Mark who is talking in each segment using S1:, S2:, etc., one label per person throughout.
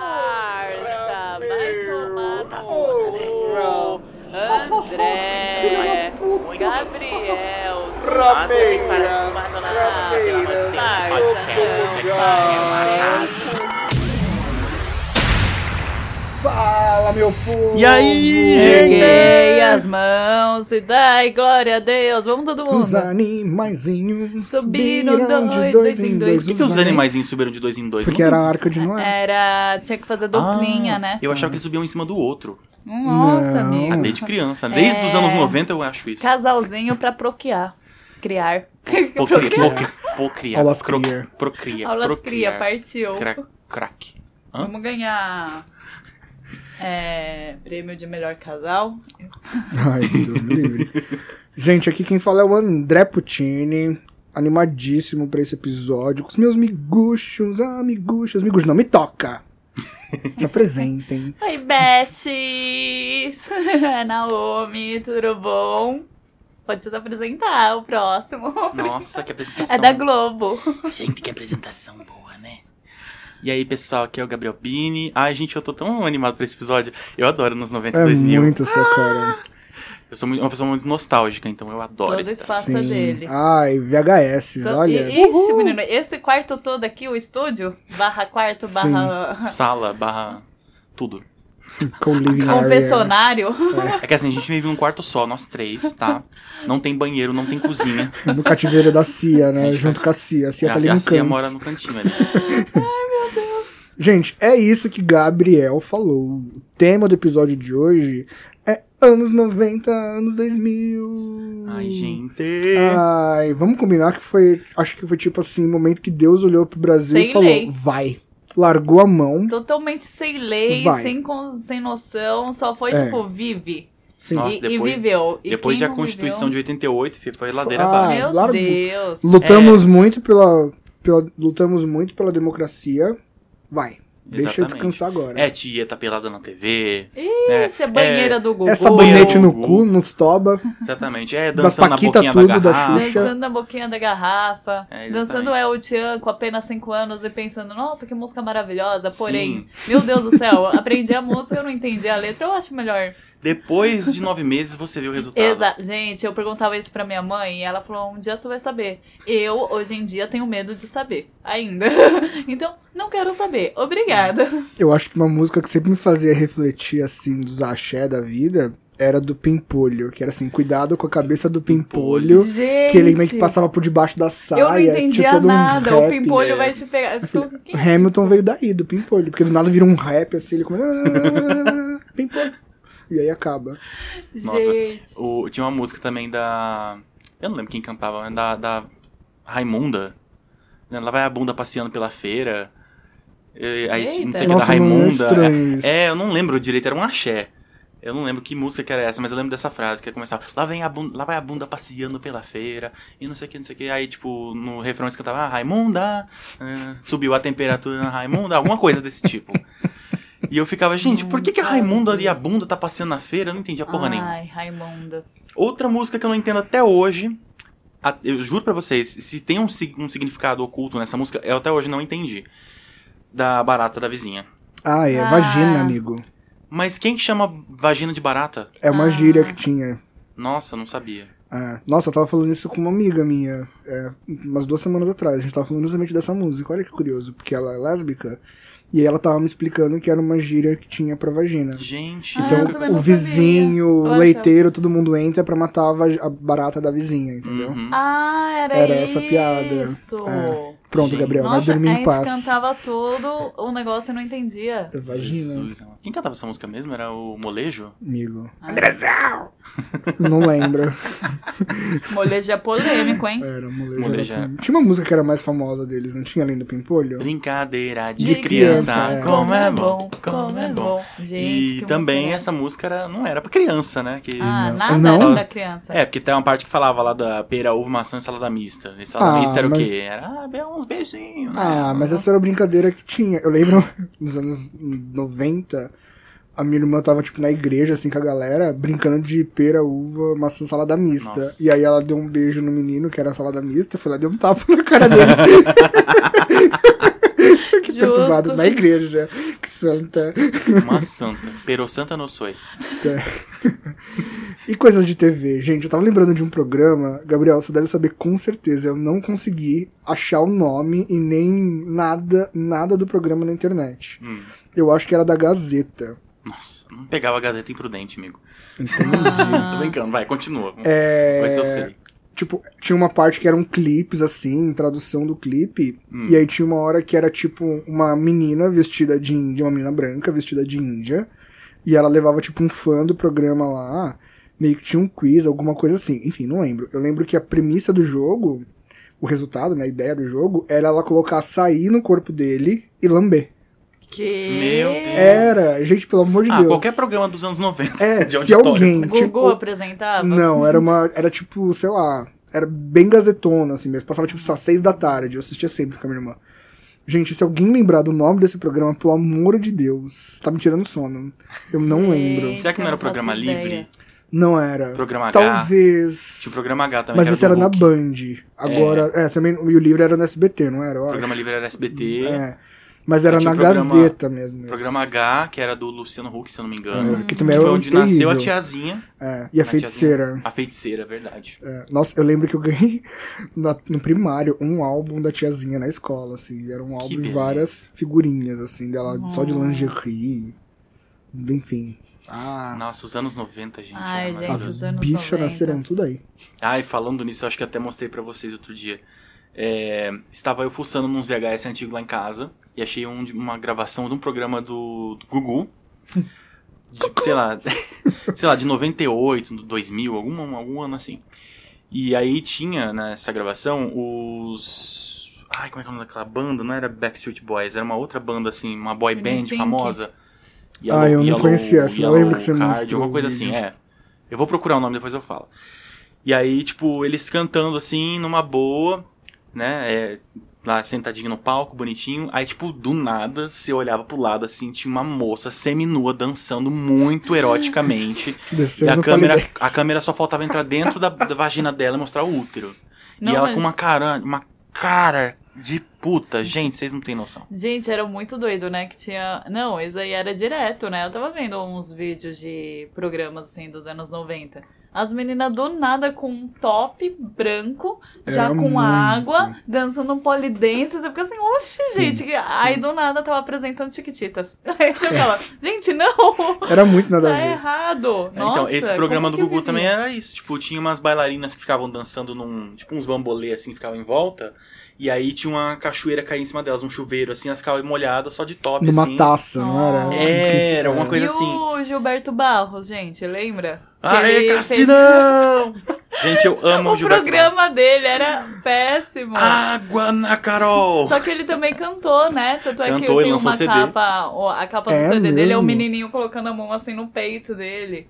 S1: Parça, vai
S2: meu.
S1: tomar
S2: Porra.
S1: no cu. André,
S2: Filho da puta.
S1: Gabriel,
S3: Nossa, ele parece um
S2: Rameira,
S3: Madonna, pelo amor de Deus.
S1: Rameira.
S3: Pode ser, pode ser, pode ser.
S2: Fala, meu povo!
S4: E aí,
S1: Erguei as mãos e dai glória a Deus. Vamos todo mundo.
S2: Os animaizinhos
S1: Subiram
S2: subiram
S1: dois,
S2: de
S1: dois
S2: dois
S1: em dois.
S2: em dois.
S4: Por que, que os animaizinhos subiram de dois em dois?
S2: Porque
S4: Não
S2: era
S4: tem-
S2: a arca de Noé.
S1: Era. Tinha que fazer duplinha,
S4: Ah,
S1: né? Hum,
S4: Eu achava que eles subiam um em cima do outro.
S1: Nossa,
S2: Não.
S1: amigo. É.
S2: Ah,
S4: Desde criança. Desde os anos 90 eu acho isso.
S1: Casalzinho pra procriar. Criar.
S4: Pocria. pocri- Pocria.
S2: Aulas
S4: Cro-
S2: cria.
S4: Procria.
S1: Aulas
S4: procriar,
S1: cria, partiu.
S4: cra- Crack. Hã?
S1: Vamos ganhar é, prêmio de melhor casal.
S2: Ai, Deus me livre. Gente, aqui quem fala é o André Puccini. Animadíssimo pra esse episódio. Com os meus miguxos. Ah, miguxos. Miguxos, não me toca. Se apresentem.
S1: Oi, Bestes! É Naomi, tudo bom? Pode te apresentar o próximo.
S4: Nossa, que apresentação.
S1: É da Globo.
S4: Gente, que apresentação boa, né? E aí, pessoal, aqui é o Gabriel Bini. Ai, gente, eu tô tão animado pra esse episódio. Eu adoro nos 90 e
S2: É
S4: 2000.
S2: muito sua
S1: Ah,
S2: cara.
S4: Eu sou muito- uma pessoa muito nostálgica, então eu adoro
S1: Todo
S4: esse
S1: espaço
S4: traço.
S1: Nossa, dele.
S2: Ai, VHS,
S1: Tô-
S2: olha.
S1: I- Ixi,
S2: Uhul.
S1: menino, esse quarto todo aqui, o estúdio, barra quarto,
S2: Sim.
S1: barra
S4: Sala, barra... Tudo.
S2: Com living area.
S1: confessionário.
S4: É que assim, a gente vive num quarto só, nós três, tá? Não tem banheiro, não tem cozinha.
S2: No cativeiro da Cia, né?
S4: Gente,
S2: Junto com a Cia. A Cia
S4: É, a
S2: tá ali
S4: a
S2: no
S4: Cia
S2: canto.
S4: mora no cantinho ali.
S2: Gente, é isso que Gabriel falou. O tema do episódio de hoje é anos 90, anos 2000.
S4: Ai, gente.
S2: Ah. Ai, vamos combinar que foi, acho que foi tipo assim, o momento que Deus olhou pro Brasil
S1: Sem
S2: e falou,
S1: lei.
S2: vai. Largou a mão.
S1: Totalmente sem lei,
S2: Vai.
S1: sem, con- sem noção, só foi
S2: É.
S1: tipo, vive.
S2: Sim.
S4: Nossa,
S1: e, e
S4: depois-
S1: viveu. E
S4: Depois
S1: quem
S4: da
S1: não
S4: Constituição
S1: viveu...
S4: de 88, fi, foi ladeira
S2: Ah,
S4: abaixo.
S1: Meu
S2: largo.
S1: Deus.
S4: É.
S2: Lutamos muito pela, pela- Lutamos muito pela democracia. Vai. Deixa eu
S4: Exatamente.
S2: descansar agora.
S4: É tia, tá pelada na TV.
S1: Ixi, é banheira do Gugu.
S2: É sabonete no
S4: Gugu.
S2: cu, nos toba.
S4: Exatamente. É
S2: Das
S4: dançando na
S2: Paquita
S4: boquinha
S2: tudo,
S4: da
S2: da
S4: garrafa.
S2: Xuxa.
S1: Dançando na boquinha da garrafa,
S4: É, exatamente.
S1: dançando El Tchan com apenas 5 anos e pensando, nossa, que música maravilhosa.
S4: Sim.
S1: Porém, meu Deus do céu, aprendi a música, eu não entendi a letra, eu acho melhor.
S4: Depois de nove meses você vê o resultado.
S1: Exato. Gente, eu perguntava isso pra minha mãe e ela falou: um dia você vai saber. Eu, hoje em dia, tenho medo de saber, ainda. então, não quero saber. Obrigada.
S2: Eu acho que uma música que sempre me fazia refletir, assim, dos axé da vida, era do Pimpolho, que era assim, cuidado com a cabeça do Pimpolho,
S1: Gente,
S2: que ele meio que passava por debaixo da saia.
S1: eu não entendia
S2: tinha todo um
S1: nada. o
S2: rap.
S1: pimpolho
S4: é.
S1: vai te pegar. Eu fico, "Quem
S2: Hamilton veio daí, do Pimpolho, porque do nada vira um rap, assim, ele começa... "Ah, Pimpolho. E aí acaba.
S4: Nossa.
S1: Gente.
S4: O- tinha uma música também da. Eu não lembro quem cantava, mas da, da Raimunda. Né, Lá vai a bunda passeando pela feira. E, aí tinha não
S1: Eita.
S4: sei o que da
S2: Nossa, não é
S4: Raimunda.
S2: estranho isso.
S4: É, eu não lembro direito, era um axé. Eu não lembro que música que era essa, mas eu lembro dessa frase que começava. Lá, vem a bunda, lá vai a bunda passeando pela feira. E não sei o que, não sei o que. Aí, tipo, no refrão eles cantavam, ah, Raimunda! eh, subiu a temperatura na Raimunda, alguma coisa desse tipo. E eu ficava, gente, por que, que a Raimunda ali a bunda tá passeando na feira? Eu não entendia porra nenhuma.
S1: Ai, Raimundo.
S4: Outra música que eu não entendo até hoje. a- Eu juro pra vocês, se tem um, sig- um significado oculto nessa música, eu até hoje não entendi. Da barata da vizinha.
S2: Ah, é,
S1: Ah.
S2: vagina, amigo.
S4: Mas quem que chama vagina de barata?
S2: É uma
S1: Ah.
S2: gíria que tinha.
S4: Nossa, não sabia.
S2: Ah, nossa, eu tava falando isso com uma amiga minha, é, umas duas semanas atrás. A gente tava falando justamente dessa música. Olha que curioso, porque ela é lésbica. E aí ela tava me explicando que era uma gíria que tinha pra vagina.
S4: Gente,
S1: Ah,
S2: Então,
S1: eu também
S2: o
S1: não
S2: vizinho,
S1: sabia.
S2: o
S1: Olha.
S2: leiteiro, todo mundo entra pra matar a, va- a barata da vizinha, entendeu?
S4: Uhum.
S1: Ah, era,
S2: Era essa piada.
S1: Isso.
S2: É. Pronto,
S4: Sim.
S2: Gabriel,
S1: Nossa,
S2: vai
S1: a
S2: dormir em
S1: gente
S2: paz.
S1: cantava tudo o negócio e não entendia.
S2: Vagina,
S4: Jesus, ela- Quem cantava essa música mesmo? Era o Molejo?
S2: amigo.
S1: Ah. Andrezão!
S2: Não lembro.
S1: Molejo é polêmico, hein?
S2: Era molejo.
S4: Molejo,
S2: era
S4: é.
S2: pim- Tinha uma música que era mais famosa deles, não tinha além do Pimpolho?
S4: Brincadeira de,
S2: De
S4: criança,
S2: criança, é.
S4: como é bom, como é bom.
S1: Gente,
S4: e
S1: que
S4: também
S1: música
S4: essa música era, não era pra criança, né? Que...
S1: Ah,
S2: Não.
S1: nada
S2: Não?
S1: era pra criança.
S4: É, porque tem uma parte que falava lá da pera, ovo, maçã e salada mista. E salada
S2: Ah,
S4: mista era o
S2: mas-
S4: quê? Era ah, be- uns beijinhos. né?
S2: Ah, mas essa era a brincadeira que tinha. Eu lembro nos anos 90, a minha irmã tava tipo na igreja assim com a galera, brincando de pera, uva, maçã, salada mista.
S4: Nossa.
S2: E aí ela deu um beijo no menino que era salada mista, foi lá e deu um tapa na cara dele.
S1: Gente,
S2: perturbados
S1: Justo.
S2: na igreja. Que santa.
S4: Uma santa. Pero santa não sou.
S2: E coisas de TV, gente, eu tava lembrando de um programa, Gabriel, você deve saber com certeza, eu não consegui achar o nome e nem nada, nada do programa na internet.
S4: Hum.
S2: Eu acho que era da Gazeta.
S4: Nossa, não pegava a Gazeta Imprudente, amigo.
S1: Ah.
S4: Tô brincando, vai, continua.
S2: É...
S4: Mas eu sei.
S2: Tipo, tinha uma parte que eram clipes, assim, tradução do clipe.
S4: Hum.
S2: E aí tinha uma hora que era, tipo, uma menina vestida de índia, uma menina branca vestida de índia. E ela levava, tipo, um fã do programa lá. Meio que tinha um quiz, alguma coisa assim. Enfim, não lembro. Eu lembro que a premissa do jogo, o resultado, né, a ideia do jogo, era ela colocar açaí no corpo dele e lamber.
S1: Que...
S4: Meu Deus.
S2: Era, gente, pelo amor de
S4: ah,
S2: Deus.
S4: qualquer programa dos anos 90.
S2: É,
S4: de
S2: se
S4: auditório.
S2: alguém,
S1: Gugu
S2: tipo,
S1: apresentava?
S2: Não, era uma. Era tipo, sei lá. Era bem gazetona, assim mesmo. Passava tipo às seis da tarde. Eu assistia sempre com a minha irmã. Gente, se alguém lembrar do nome desse programa, pelo amor de Deus, tá me tirando sono. Eu não lembro.
S1: Gente,
S4: Será que não
S1: eu
S4: era
S1: não faço
S4: programa
S1: ideia.
S4: livre?
S2: Não era.
S4: Programa H.
S2: Talvez.
S4: Tinha o programa H também.
S2: Mas
S4: que
S2: esse
S4: do
S2: era na
S4: Hulk.
S2: Band. Agora. É, também. E o livro era no SBT, não era? Eu
S4: O
S2: acho.
S4: programa livre era SBT.
S2: É. Mas era
S4: Tinha
S2: na
S4: o programa-
S2: Gazeta mesmo. esse.
S4: Programa H, que era do Luciano Huck, se eu não me
S2: É,
S4: engano.
S2: que também era
S4: foi onde
S2: terrível.
S4: nasceu a tiazinha.
S2: É, E a
S4: tiazinha.
S2: feiticeira.
S4: A feiticeira, verdade.
S2: É, Nossa, eu lembro que eu ganhei na- no primário um álbum da tiazinha na escola, assim. Era um álbum de
S4: beleza.
S2: várias figurinhas, assim, dela só de lingerie. Enfim. Ah,
S4: Nossa, os anos 90, gente.
S1: Ai,
S4: era
S1: gente,
S4: maravilhoso.
S2: as
S1: os anos
S2: bichas
S1: 90.
S2: nasceram tudo aí.
S4: Ai, Ah, falando nisso, eu acho que até mostrei pra vocês outro dia. É, estava eu fuçando nos VHS antigos lá em casa e achei um de- uma gravação de um programa do, do Gugu. De, sei lá, sei lá, de 98, do 2000, algum, algum ano assim. E aí tinha nessa gravação os. Ai, como é que é o nome daquela banda? Não era Backstreet Boys, era uma outra banda assim, uma boy band
S1: NSYNC.
S4: famosa.
S2: Ah, eu não conhecia essa, eu lembro que você
S4: Card,
S2: mostrou
S4: Alguma coisa
S2: o vídeo.
S4: assim, é. Eu vou procurar o nome, depois eu falo. E aí, tipo, eles cantando assim, numa boa, né? é, lá sentadinho no palco, bonitinho. Aí, tipo, do nada, você olhava pro lado assim, tinha uma moça seminua dançando muito eroticamente. e
S2: Descendo
S4: a
S2: no
S4: câmera,
S2: palidez.
S4: a câmera só faltava entrar dentro da, da vagina dela e mostrar o útero.
S1: Não,
S4: e ela
S1: mas-
S4: com uma cara, uma cara de puta. Gente, vocês não têm noção.
S1: Gente, era muito doido, né? Que tinha. Não, isso aí era direto, né? Eu tava vendo uns vídeos de programas assim dos anos 90. As meninas do nada com um top branco, já
S2: Era
S1: com
S2: muito.
S1: água, dançando um polidense. Você fica assim, oxe,
S2: Sim,
S1: gente. que- Aí do nada tava apresentando Chiquititas. Aí você fala, gente, não!
S2: Era muito nada a
S1: Tá
S2: ver.
S1: errado!
S4: É, então,
S1: Nossa,
S4: esse
S1: como
S4: programa do
S1: que eu
S4: Gugu
S1: vivi?
S4: também era isso. Tipo, tinha umas bailarinas que ficavam dançando num. Tipo, uns bambolê assim, que ficavam em volta. E aí tinha uma cachoeira caindo em cima delas, um chuveiro assim, elas ficavam molhadas só de top,
S2: Numa
S4: assim.
S2: taça, não era?
S1: Nossa.
S4: É, era uma coisa
S1: e
S4: assim.
S1: o Gilberto Barros, gente, lembra? Que
S4: Aê,
S1: ele
S4: Cassinão! Gente, eu amo o,
S1: O
S4: Gilberto Ah,
S1: programa dele era péssimo.
S4: Barros. Água na Carol!
S1: Só que ele também cantou, né? Tanto é que
S4: Cantou, ele
S1: tem
S4: lançou
S1: uma
S4: CD.
S1: capa, ó, a capa do
S2: É
S1: CD dele é o
S2: mesmo?
S1: menininho colocando a mão assim no peito dele.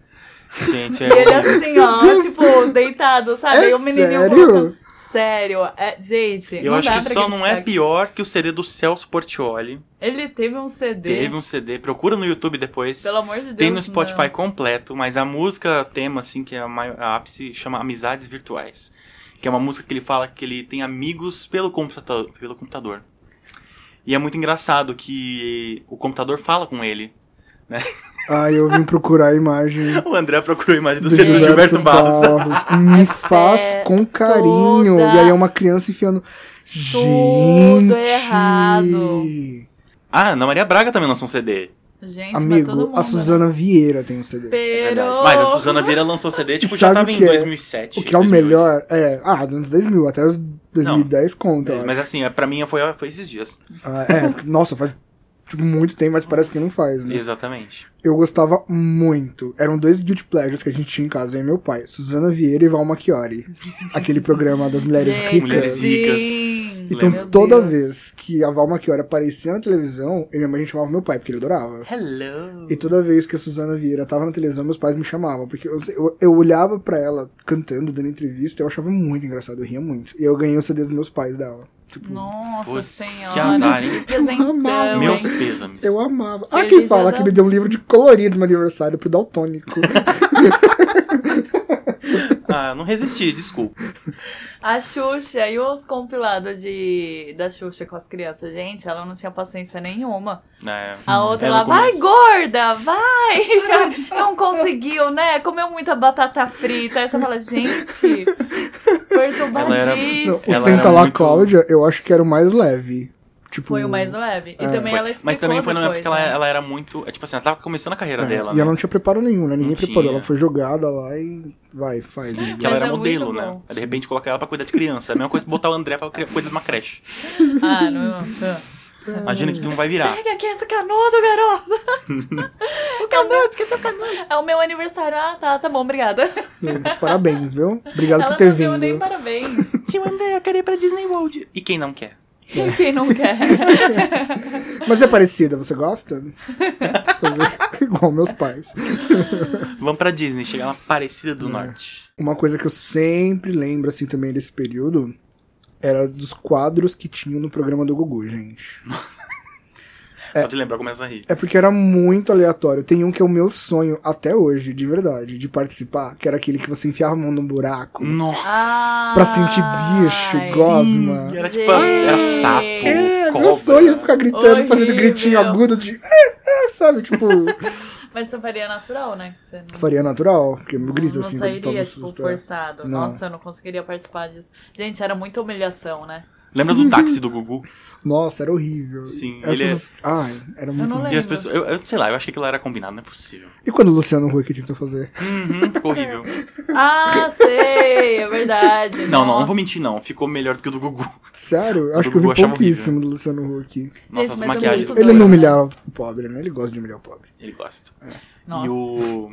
S4: Gente, é.
S1: E ele
S4: horrível.
S1: assim, ó, tipo, deitado, sabe?
S2: É
S1: e o menininho
S2: sério?
S1: colocando... Sério, é, gente,
S4: Eu
S1: não
S4: acho
S1: dá
S4: que
S1: pra
S4: só não é
S1: criticar.
S4: pior que o CD do Celso Portioli.
S1: Ele teve um CD,
S4: Teve um CD, procura no YouTube depois.
S1: pelo amor de Deus.
S4: Tem no Spotify
S1: não.
S4: completo, mas a música tema, assim, que é a, maior, a ápice, chama Amizades Virtuais. Que é uma música que ele fala que ele tem amigos pelo computador. Pelo computador. E é muito engraçado que o computador fala com ele.
S2: Aí eu vim procurar a imagem
S4: O André procurou a imagem do CD do Gilberto Barros.
S2: Me faz
S1: É,
S2: com carinho.
S1: toda-
S2: E aí é uma criança enfiando.
S1: Tudo
S2: Gente.
S1: errado.
S4: Ah, Ana Maria Braga também lançou um CD.
S1: Gente, mas todo
S2: Amigo,
S1: mundo,
S2: a Suzana Vieira tem um CD.
S1: Né? Pero...
S4: É Verdade. Mas a Suzana Vieira lançou CD, tipo, já
S2: Sabe
S4: tava
S2: o
S4: em
S2: que é?
S4: 2007.
S2: O que é o
S4: 2008.
S2: melhor é. Ah, dos anos 2000, até os 2010 conta. eu
S4: Mas
S2: acho.
S4: assim, é- pra mim foi, foi esses dias.
S2: Ah, é, porque, nossa, faz tipo, muito tempo, mas parece que não faz, né?
S4: Exatamente.
S2: Eu gostava muito. Eram dois Guilty Pleasures que a gente tinha em casa, eu e meu pai: Suzana Vieira e Val Machiori. aquele programa das mulheres
S1: Gente,
S2: ricas.
S4: Mulheres é ricas.
S1: sim.
S2: Então,
S1: Meu
S2: toda
S1: Deus.
S2: vez que a Val Machiori aparecia na televisão, eu e minha mãe a gente chamava meu pai, porque ele adorava.
S4: Hello!
S2: E toda vez que a Suzana Vieira tava na televisão, meus pais me chamavam, porque eu, eu, eu olhava pra ela cantando, dando entrevista, eu achava muito engraçado, eu ria muito. E eu ganhei o CD dos meus pais dela. Tipo,
S1: Nossa
S4: Putz,
S1: senhora.
S4: que azar, hein?
S1: Presentão,
S2: Amava.
S4: Meus
S1: hein?
S4: pêsames.
S2: eu amava. Ah,
S1: Feliz
S2: quem fala que me deu um livro de colorido no meu aniversário pro Daltônico.
S4: Ah, não resisti, desculpa.
S1: A Xuxa e os compilados de, da Xuxa com as crianças, gente, ela não tinha paciência nenhuma.
S4: É,
S1: A outra
S4: ela
S1: lá, vai
S4: começa-
S1: gorda, vai! Não conseguiu, né? Comeu muita batata frita. Aí você fala, gente,
S2: Não, o
S1: perturbadíssima.
S4: Ela
S2: Senta
S4: era
S2: lá,
S4: muito-
S2: Cláudia, eu acho que era o mais leve. Tipo,
S1: Foi o mais leve. E
S2: É.
S1: também ela explicou
S4: Mas também foi na época
S1: depois,
S4: que ela,
S1: né?
S4: ela era muito. é, tipo assim, ela tava começando a carreira
S2: é,
S4: dela.
S2: E
S4: né?
S2: ela não tinha preparo nenhum, né? Ninguém
S4: Não
S2: preparou.
S4: tinha.
S2: Ela foi jogada lá e vai, faz. né?
S4: Que
S1: Mas
S4: ela era
S1: é
S4: modelo,
S1: muito
S4: né?
S1: bom.
S4: Aí, de repente colocar ela pra cuidar de criança. É a mesma coisa que botar o André pra cri- cuidar de uma creche.
S1: Ah, não. não.
S4: Imagina que tu não vai virar.
S1: Pega aqui essa canudo, garoto! o canudo, esqueceu o canudo. É o meu aniversário. Ah, tá, tá bom, obrigada.
S2: É, Parabéns, viu? Obrigado
S1: ela
S2: por ter
S1: não deu
S2: vindo.
S1: nem parabéns.
S4: Tio André, eu quero ir pra Disney World. E quem não quer?
S1: Quem não quer?
S2: Mas é parecida, você gosta? Fazer igual meus pais.
S4: Vamos pra Disney, chegar lá parecida
S1: É.
S4: do norte.
S2: Uma coisa que eu sempre lembro, assim, também desse período, era dos quadros que tinham no programa do Gugu, gente.
S4: Só de lembrar começa a rir.
S2: É porque era muito aleatório. Tem um que é o meu sonho até hoje, de verdade, de participar, que era aquele que você enfiava a mão num buraco
S4: Hum, Nossa!
S1: Ah,
S2: pra sentir bicho, gosma.
S4: E era tipo, era
S1: Gente.
S4: sapo.
S2: É,
S4: cobra.
S2: meu sonho é ficar gritando, fazendo
S1: Horrível.
S2: gritinho agudo de. "Ah, ah", sabe, tipo,
S1: Mas você faria natural, né? Que você não...
S2: faria natural, porque eu grito
S1: não
S2: assim, quando
S1: sairia,
S2: tomo
S1: tipo,
S2: susto. é.
S1: forçado.
S2: Não.
S1: Nossa, eu não conseguiria participar disso. Gente, era muita humilhação, né?
S4: Lembra do táxi do Gugu?
S2: Nossa, era horrível.
S4: Sim,
S2: As
S4: ele é-
S2: pessoas- Ai, era muito
S1: não
S2: ruim.
S4: E as
S1: Lembro.
S4: pessoas. Eu, eu sei lá, eu achei que aquilo era combinado, não é possível.
S2: E quando o Luciano Huck tentou fazer?
S4: Uhum, ficou horrível.
S1: Ah, sei, é verdade.
S4: Não, não, não
S1: nossa.
S4: vou mentir, não. Ficou melhor do que o do Gugu.
S2: Sério, eu acho
S4: O
S2: que eu vi
S4: Gugu achava
S2: pouquíssimo do Luciano Huck.
S4: Nossa,
S1: mas
S4: as
S1: é
S4: maquiagens.
S1: muito
S4: do
S1: doido.
S2: Ele
S1: né?
S2: não humilhava o pobre, né? Ele gosta de humilhar o pobre.
S4: Ele gosta.
S1: Nossa.
S4: E o.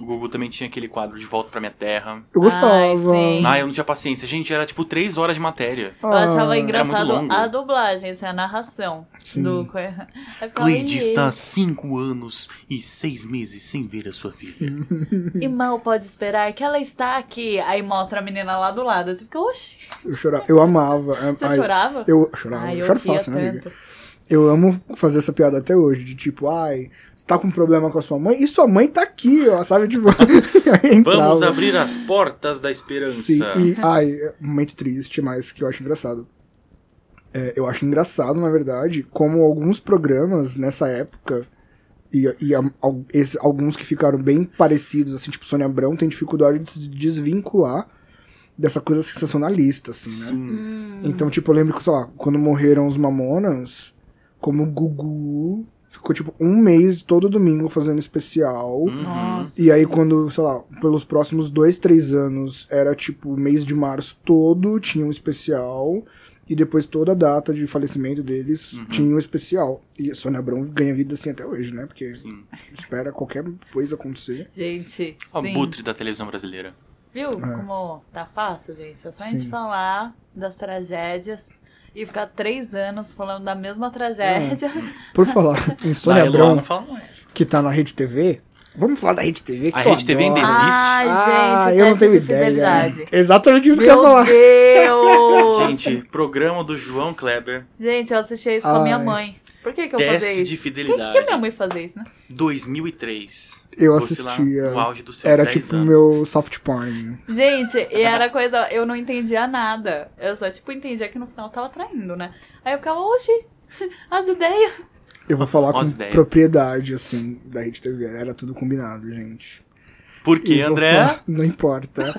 S4: O Gugu também tinha aquele quadro de volta pra minha terra.
S2: Eu gostava.
S1: Ai, sim.
S4: Ah, eu não tinha paciência. Gente, era tipo três horas de matéria.
S1: Eu
S2: Ah.
S1: achava
S4: muito
S1: engraçado
S4: longo.
S1: a dublagem, assim, a narração do É co- Aí eu ficava,
S4: Cleide
S1: "Iê".
S4: está há cinco anos e seis meses sem ver a sua
S1: Hum,
S4: filha.
S1: E mal pode esperar que ela está aqui. Aí mostra a menina lá do lado. Você fica, oxi,
S2: Eu chorava. Eu amava. É,
S1: você
S2: ai,
S1: chorava?
S2: Eu chorava.
S1: Ai,
S2: eu
S1: eu
S2: choro
S1: via
S2: fácil, né, amiga?
S1: tanto.
S2: Eu amo fazer essa piada até hoje. De tipo, ai, você tá com problema com a sua mãe? E sua mãe tá aqui, ó. Sabe? Tipo, aí entrava.
S4: Vamos abrir as portas da esperança.
S2: Sim, e, ai, é um momento triste, mas que eu acho engraçado. É, eu acho engraçado, na verdade, como alguns programas nessa época, e, e a- al- esse- alguns que ficaram bem parecidos, assim, tipo Sônia Abrão, tem dificuldade de se desvincular dessa coisa sensacionalista, assim, né?
S4: Sim.
S2: Então, tipo, eu lembro que, sei lá, quando morreram os Mamonas, como o Gugu ficou, tipo, um mês todo domingo fazendo especial.
S4: Uhum.
S1: Nossa,
S2: E aí,
S1: sim.
S2: quando, sei lá, pelos próximos dois, três anos, era tipo mês de março todo, tinha um especial. E depois toda a data de falecimento deles
S4: Uhum.
S2: tinha um especial. E a Sônia Abrão ganha vida assim até hoje, né? Porque
S4: Sim.
S2: espera qualquer coisa acontecer.
S1: Gente,
S4: O
S1: sim.
S4: abutre da televisão brasileira.
S1: Viu
S2: É.
S1: como tá fácil, gente? É só a gente
S2: Sim.
S1: falar das tragédias e ficar três anos falando da mesma tragédia.
S2: Por falar em Sônia
S4: Ah, Eloá
S2: Abrão,
S4: não fala mais.
S2: que tá na Rede TV, vamos falar da Rede TV. Que
S4: A
S2: eu
S4: Rede TV ainda
S2: adoro.
S4: existe?
S1: Ai,
S2: Ah,
S1: gente,
S2: eu não
S1: teste
S2: tenho
S1: de
S2: ideia.
S1: fidelidade.
S2: Exatamente isso que eu ia
S1: Meu
S2: falar.
S1: Deus! gente.
S4: Gente, programa do João Kleber,
S1: eu assisti isso com a minha
S2: Ai.
S1: mãe. Por que que eu fazia
S4: teste
S1: isso?
S4: de
S1: Por que
S4: fidelidade,
S1: minha mãe fazia isso, né?
S4: 2003.
S2: Eu
S4: Você lá
S2: assistia.
S4: no auge dos seus
S2: Era
S4: 10
S2: tipo
S4: anos.
S2: meu soft porn.
S1: Gente, e era coisa... Eu não entendia nada. Eu só, tipo, entendia que no final tava traindo, né? Aí eu ficava, oxi, as ideias.
S2: Eu vou falar com
S4: Nossa, ideia.
S2: propriedade, assim, da Rede TV. Era tudo combinado, gente.
S4: Porque,
S2: Eu vou
S4: André,
S2: falar- Não importa.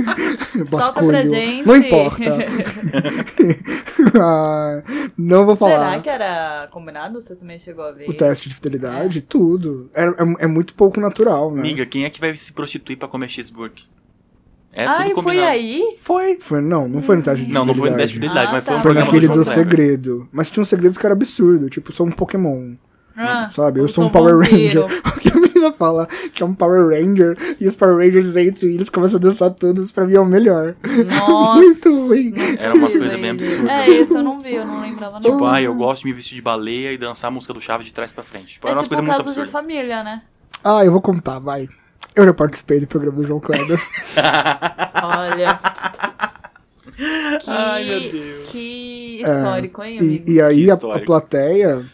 S1: Solta pra gente.
S2: Não importa. Ah, não vou falar.
S1: Será que é era combinado? Você também chegou a ver?
S2: O teste de fidelidade, tudo. É, é, é muito pouco natural, né?
S4: amiga, quem é que vai se prostituir pra comer cheeseburger? É
S1: Ai,
S4: tudo
S1: foi
S4: combinado.
S1: aí?
S4: Foi.
S2: Foi, não, não foi no teste de
S4: Não, não foi no teste de
S2: fidelidade.
S4: fidelidade,
S1: Ah,
S4: mas foi
S1: tá.
S2: Foi
S4: um programa
S2: naquele
S4: do
S2: do
S4: João Kleber.
S2: segredo. Mas tinha uns segredos que era absurdo. Tipo, sou um Pokémon.
S1: Ah,
S2: Sabe, eu
S1: como
S2: sou um
S1: sou
S2: Power
S1: vampiro.
S2: Ranger. O que a menina fala que é um Power Ranger e os Power Rangers entram e eles começam a dançar todos, pra mim é o melhor.
S1: Nossa.
S2: Muito ruim.
S4: Era umas coisas bem absurdas. né?
S1: É, isso eu não vi, eu não lembrava não. É
S4: Tipo, ah, eu gosto de me vestir de baleia e dançar a música do Chaves de trás pra frente. Tipo,
S1: é
S4: era umas
S1: tipo
S4: coisas
S1: casos
S4: muito
S1: de
S4: absurdas.
S1: família, né?
S2: Ah, eu vou contar, vai. Eu já participei do programa do João Kleber.
S1: Olha. Que,
S4: Ai, meu Deus.
S1: Que histórico, hein,
S2: É, E,
S1: amigo?
S2: e aí
S4: Que
S2: a, a
S4: histórico.
S2: plateia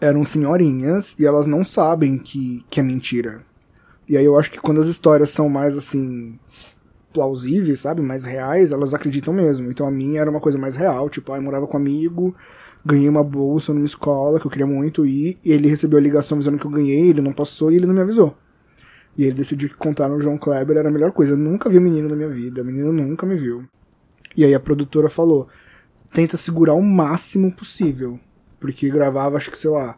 S2: eram senhorinhas e elas não sabem que, que é mentira. E aí eu acho que quando as histórias são mais assim. plausíveis, sabe? Mais reais, elas acreditam mesmo. Então a minha era uma coisa mais real, tipo, ah, eu morava com um amigo, ganhei uma bolsa numa escola que eu queria muito ir, e ele recebeu a ligação avisando que eu ganhei, ele não passou e ele não me avisou. E ele decidiu que contar no João Kleber era a melhor coisa. Eu nunca vi menino na minha vida, menino nunca me viu. E aí a produtora falou: tenta segurar o máximo possível. Porque gravava, acho que, sei lá,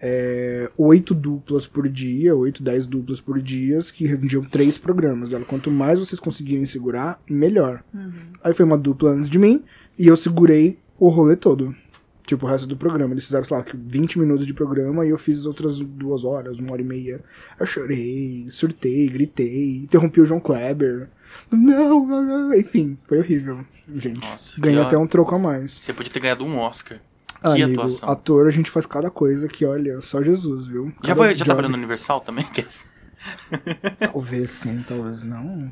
S2: é, oito duplas por dia, oito, dez duplas por dia, que rendiam três programas. Ela, quanto mais vocês conseguirem segurar, melhor. Aí foi uma dupla antes de mim, e eu segurei o rolê todo. Tipo, o resto do programa. Eles fizeram, sei lá, 20 minutos de programa e eu fiz as outras duas horas, uma hora e meia. Eu chorei, surtei, gritei, interrompi o João Kleber. Não, não, não. enfim, foi horrível. Gente,
S4: Nossa, que
S2: ganhei
S4: ó-
S2: até um troco a mais.
S4: Você podia ter ganhado um Oscar. que
S2: Amigo,
S4: atuação.
S2: ator, a gente faz cada coisa que, olha, só Jesus, viu?
S4: Já,
S2: Cada
S4: foi, já tá
S2: job.
S4: trabalhou no Universal também? Que é-
S2: Talvez sim, talvez não.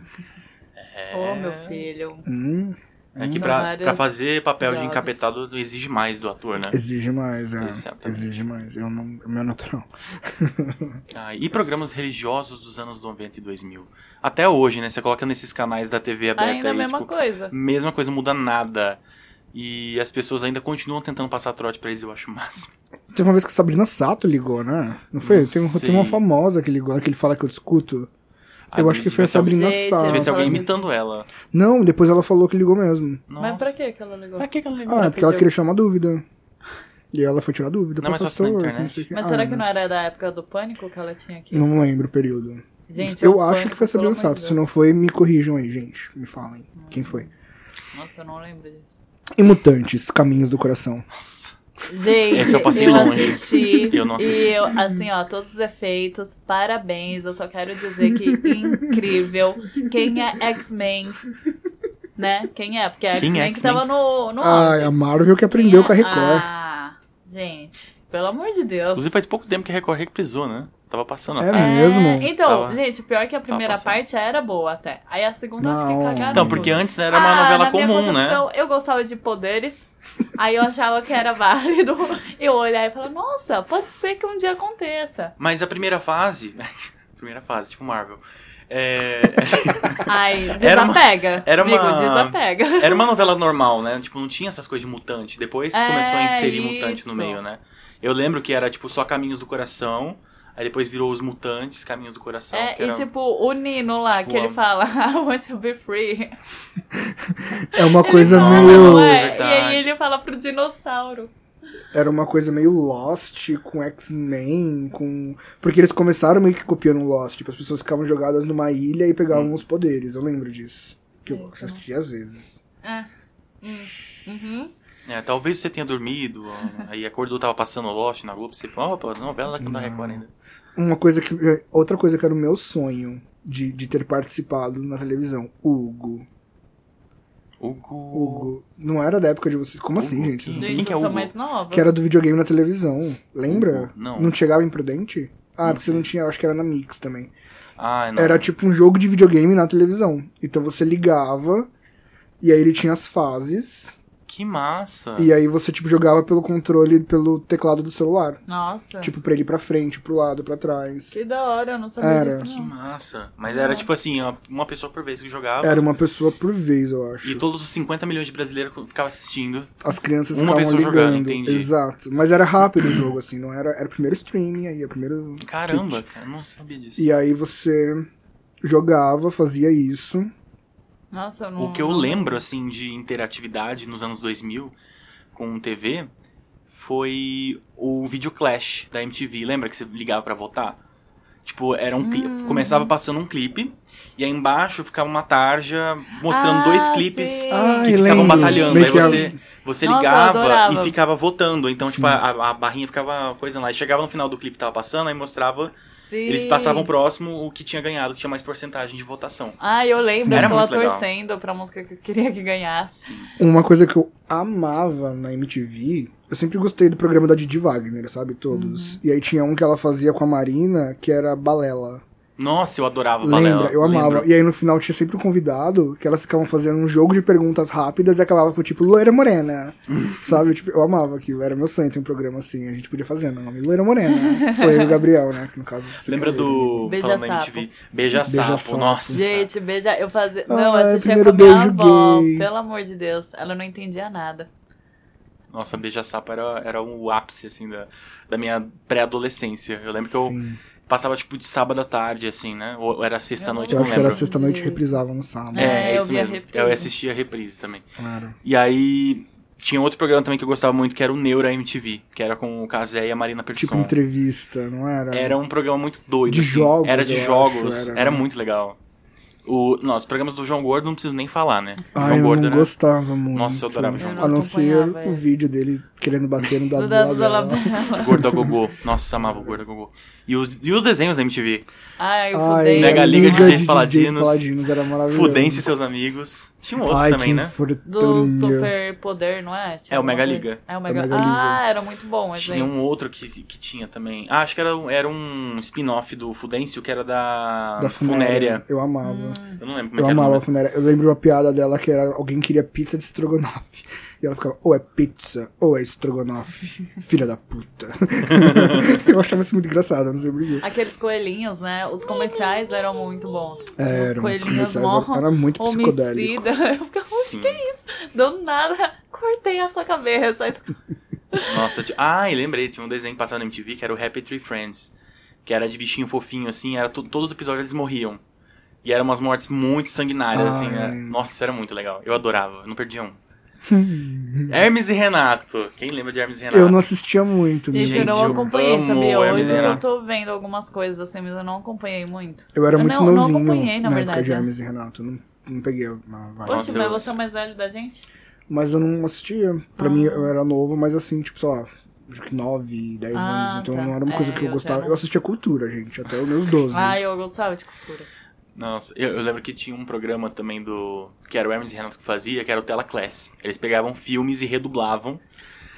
S2: é.
S1: Ô, meu filho.
S2: Hum,
S4: É que
S1: São
S4: pra,
S1: várias
S4: pra fazer papel de
S1: jobs.
S4: encapetado não exige mais do ator, né?
S2: exige mais, é.
S4: Exatamente.
S2: Exige mais. Eu não, o meu é natural.
S4: Ah, e programas religiosos dos anos 90 e 2000. Até hoje, né? Você coloca nesses canais da TV aberta
S1: Ainda a
S4: aí,
S1: mesma
S4: tipo,
S1: coisa.
S4: mesma coisa, não muda nada. E as pessoas ainda continuam tentando passar trote pra eles, eu acho o máximo.
S2: Teve uma vez que a Sabrina Sato ligou, né? Não foi?
S4: Não
S2: Tem, um-
S4: sei.
S2: tem uma famosa que ligou, que ele fala que eu discuto.
S4: Ah,
S2: eu acho que
S4: devia
S2: foi a
S4: ser alguém-
S2: Sabrina
S1: Gente,
S2: Sato.
S4: Devia ser é alguém
S1: Falando
S4: imitando ela.
S2: Não, depois ela falou que ligou mesmo.
S4: Nossa.
S1: Mas pra que que ela ligou?
S4: Pra que que ela ligou?
S2: Ah, é porque ela
S1: pediu.
S2: queria chamar dúvida. E ela foi tirar dúvida pra
S4: Não, mas só se na
S2: pastor,
S4: internet.
S2: não sei o quê.
S1: Mas
S2: Ah,
S1: será que não
S2: mas-
S1: era da época do pânico que ela tinha aqui?
S2: Não lembro o período.
S1: Gente, é
S2: eu
S1: o
S2: acho
S1: Pânico,
S2: que foi a Sabrina
S1: pelo amor
S2: Sato.
S1: de
S2: Se não
S1: Deus.
S2: foi, me corrijam aí, gente. Me falem quem foi.
S1: Nossa, eu não lembro disso.
S2: E Mutantes, Caminhos do Coração.
S4: Nossa.
S1: Gente,
S4: Esse eu passei
S1: eu
S4: longe.
S1: assisti.
S4: Eu não assisti.
S1: E eu, assim, ó, todos os efeitos, parabéns. Eu só quero dizer que incrível. Quem é X-Men? Né? Quem é? Porque a
S4: Quem é
S1: X-Men que
S4: X-Men?
S1: tava no. no
S2: Ah,
S1: auge.
S2: a Marvel que
S1: Quem
S2: aprendeu
S1: é?
S2: com a Record.
S1: Ah, gente, pelo amor de Deus.
S4: Inclusive faz pouco tempo que a Record reprisou, né? Tava passando.
S2: É
S4: ó.
S2: mesmo?
S1: Então,
S4: Tava-
S1: gente, pior que a primeira
S4: passando.
S1: parte era boa até. Aí a segunda acho que
S2: Não.
S1: cagaram.
S4: Então,
S1: tudo.
S4: porque antes né, era uma
S1: Ah,
S4: novela
S1: na minha
S4: comum, né?
S1: concepção, Eu gostava de poderes, aí eu achava que era válido. Eu olhar e falar, nossa, pode ser que um dia aconteça.
S4: Mas a primeira fase. primeira fase, tipo Marvel. É,
S1: Aí,
S4: Era uma-
S1: desapega.
S4: era uma-
S1: Digo, desapega.
S4: era uma novela normal, né? Tipo, não tinha essas coisas de mutante. Depois que
S1: É,
S4: começou a inserir mutante no
S1: isso.
S4: meio, né? Eu lembro que era, tipo, só Caminhos do Coração. Aí depois virou Os Mutantes, Caminhos do Coração. que
S1: É, e
S4: era- um
S1: tipo, o Nino lá,
S4: Tipo,
S1: que ele
S4: a-
S1: fala, I want to be free.
S2: É uma coisa
S1: Não,
S2: meio.
S1: não
S4: é
S1: é. E
S4: verdade.
S1: aí ele fala pro dinossauro.
S2: Era uma coisa meio Lost com X-Men, com. Porque eles começaram meio que copiando Lost. Tipo, as pessoas ficavam jogadas numa ilha e pegavam os poderes. Eu lembro disso. Que eu
S1: Isso, né?
S2: assisti às vezes.
S1: Uhum.
S4: É, talvez você tenha dormido, ó, aí acordou, tava passando Lost na Globo, você falou, opa, novela que não dá Record ainda.
S2: Uma coisa que. eh, Outra coisa que era o meu sonho de, de ter participado na televisão. Hugo.
S4: Hugo.
S1: Oh.
S2: Hugo. Não era da época de vocês. Como assim,
S4: Hugo?
S2: gente? Vocês não
S4: Quem
S1: Gente,
S4: que é
S1: eu sou
S4: Hugo?
S1: mais nova.
S2: Que era do videogame na televisão. Lembra?
S4: Não.
S2: Não chegava imprudente? Ah,
S4: Não
S2: porque você não tinha, acho que era na Mix também.
S4: Ah, não.
S2: Era tipo um jogo de videogame na televisão. Então você ligava, e aí ele tinha as fases,
S4: Que massa.
S2: e aí você tipo jogava pelo controle, pelo teclado do celular.
S1: Nossa,
S2: Tipo, pra ele ir pra frente, pro lado, pra trás.
S1: Ah. que da hora, eu não sabia
S2: Era.
S1: disso
S4: Que
S1: não.
S4: massa. Mas era tipo assim, ó, uma pessoa por vez que jogava.
S2: Era uma pessoa por vez, eu
S4: E
S2: acho.
S4: todos os 50 milhões de brasileiros ficavam assistindo.
S2: As crianças
S4: uma
S2: ficavam
S4: pessoa
S2: ligando.
S4: jogando, entendi.
S2: Exato. Mas era rápido o jogo, assim, não era. Era o primeiro streaming, aí o primeiro.
S4: Caramba, cara, eu não sabia disso.
S2: E aí você jogava, fazia isso.
S1: Nossa, eu não...
S4: O que eu
S1: não-
S4: lembro, assim, de interatividade nos anos 2000 com TV foi o Video Clash da MTV. Lembra que você ligava pra votar? Tipo, era um cli-
S1: Hum.
S4: começava passando um clipe e aí embaixo ficava uma tarja mostrando
S1: Ah,
S4: dois clipes
S1: sei.
S2: Ah,
S4: que
S2: eu
S4: ficavam
S2: lembro.
S4: batalhando.
S2: Meio
S4: Aí
S2: que é? a-
S4: você, você
S1: Nossa, eu
S4: ligava
S1: adorava.
S4: e ficava votando. Então, tipo, a, a barrinha ficava coisa lá. E chegava no final do clipe que tava passando, aí mostrava.
S1: Sim.
S4: Eles passavam próximo o que tinha ganhado, que tinha mais porcentagem de votação.
S1: Ah, eu lembro,
S4: Era
S1: eu tava
S4: muito legal.
S1: torcendo pra música que eu queria que ganhasse.
S2: Uma coisa que eu amava na MTV, eu sempre gostei do programa da Didi Wagner, sabe? Todos. E aí tinha um que ela fazia com a Marina, que era Balela.
S4: Nossa, eu adorava
S2: Lembra,
S4: Balela.
S2: eu amava.
S4: lembro.
S2: E aí no final tinha sempre um convidado que elas ficavam fazendo um jogo de perguntas rápidas e acabava com tipo loira morena. sabe? Tipo, eu amava aquilo, era meu sonho ter um programa assim, a gente podia fazer, não, nome loira morena. Foi eu e o Gabriel, né? Que no caso. você
S4: Lembra
S2: quer ler, né?
S4: do.
S1: Beija
S4: falando na
S1: Sapo.
S4: MTV? Beija Sapo,
S2: Sapo.
S4: nossa.
S1: Gente, beija. Eu fazia. Não,
S2: Ai,
S1: eu assistia com
S2: primeiro
S1: a minha
S2: beijo
S1: avó.
S2: gay.
S1: Pelo amor de Deus. Ela não entendia nada.
S4: Nossa, Beija Sapo era, era o ápice, assim, da, da minha pré-adolescência. Eu lembro que eu
S2: Sim.
S4: passava, tipo, de sábado à tarde, assim, né? Ou era sexta-noite,
S2: Eu
S4: não
S2: acho que
S4: lembro.
S2: era sexta-noite e reprisava no sábado.
S1: É,
S4: É,
S1: eu
S4: isso
S1: via
S4: mesmo.
S1: reprise.
S4: Eu assistia a reprise também.
S2: Claro.
S4: E aí, tinha outro programa também que eu gostava muito, que era o Neura MTV, que era com o Kazé e a Marina
S2: Tipo
S4: Persson.
S2: entrevista, não era?
S4: Era um programa muito doido.
S2: De
S4: assim.
S2: jogos,
S4: Era de
S2: eu
S4: jogos.
S2: acho,
S4: era
S2: era, né?
S4: muito legal. O, nossa, os programas do João Gordo não preciso nem falar, né? O
S2: Ai,
S4: João
S2: Ah, eu
S4: Gordo
S2: não
S4: era.
S2: gostava muito.
S4: Nossa, eu adorava o João
S1: Eu não
S2: A não ser
S1: acompanhava é. ele.
S2: o vídeo dele querendo bater no
S1: Do
S2: dado
S1: dado da
S2: dela.
S1: Labela.
S4: Gordo a Gogô. Nossa, amava o Gordo a Gogô. E os, e os desenhos da MTV.
S1: Ai, eu
S2: Ai,
S1: fudei.
S4: Mega
S2: a
S4: Liga de DJs Paladinos.
S2: Paladinos era maravilhoso.
S4: Fudêncio e seus amigos. Tinha um outro
S2: Ai,
S4: também,
S2: que
S4: né?
S2: infortúnio.
S1: Do super poder, não é? Tinha
S4: É, o
S1: alguma
S4: Mega
S1: coisa.
S4: Liga.
S1: É o Mega,
S2: É o Mega
S1: Ah, era muito bom. Mas
S4: Tinha
S1: aí...
S4: um outro que, que tinha também. Ah, acho que era, um- era um spin-off do Fudêncio, que era da,
S2: da funéria.
S4: Funéria.
S2: Eu amava.
S1: Hum.
S4: Eu não lembro como é
S2: Eu
S4: que era. o
S2: amava a
S4: nome.
S2: funéria. Eu lembro uma piada dela que era alguém queria pizza de estrogonofe. E ela ficava, ou é pizza, ou é estrogonofe. Filha da puta. eu achava isso muito engraçado, eu não sei porquê.
S1: Aqueles coelhinhos, né? Os comerciais eram muito bons.
S2: É,
S1: Os
S2: eram uns
S1: coelhinhos
S2: comerciais,
S1: morram.
S2: era muito psicodélico.
S1: homicida. Eu ficava,
S4: Sim.
S1: onde que é isso? Do nada, cortei a sua cabeça. Aí-
S4: Nossa, ti- ah, e lembrei, tinha um desenho que passava na MTV que era o Happy Tree Friends. Que era de bichinho fofinho, assim, era to- todo episódio eles morriam. E eram umas mortes muito sanguinárias, assim,
S2: Ai.
S4: né? Nossa, era muito legal. Eu adorava, eu não perdia um. Hermes e Renato. Quem lembra de Hermes e Renato?
S2: Eu não assistia muito. né?
S1: Gente,
S2: mesmo.
S1: eu não
S4: eu
S1: acompanhei,
S4: amo é
S1: sabia?
S4: o Hermes
S1: Hoje
S4: e
S1: eu
S4: Renato.
S1: tô vendo algumas coisas assim, mas eu não acompanhei muito.
S2: Eu era
S1: Eu
S2: muito
S1: não- não
S2: novinho
S1: acompanhei, na
S2: na, época
S1: verdade,
S2: de
S1: né?
S2: Hermes e Renato. Não, não peguei a a vibe.
S1: Poxa,
S4: Nossa,
S1: mas
S4: eu-
S1: você é o mais velho da gente?
S2: Mas eu não assistia. Pra
S1: Ah.
S2: mim, eu era novo, mas assim, tipo, sei lá, acho que 9, 10
S1: Ah,
S2: anos. Então
S1: tá.
S2: não era uma coisa
S1: É,
S2: que eu
S1: eu
S2: gostava.
S1: já não-
S2: Eu assistia cultura, gente, até os meus 12.
S1: Ah, eu gostava de cultura.
S4: Nossa, eu, eu lembro que tinha um programa também do. Que era o Hermes e Renato que fazia, que era o Tela Class. Eles pegavam filmes e redublavam.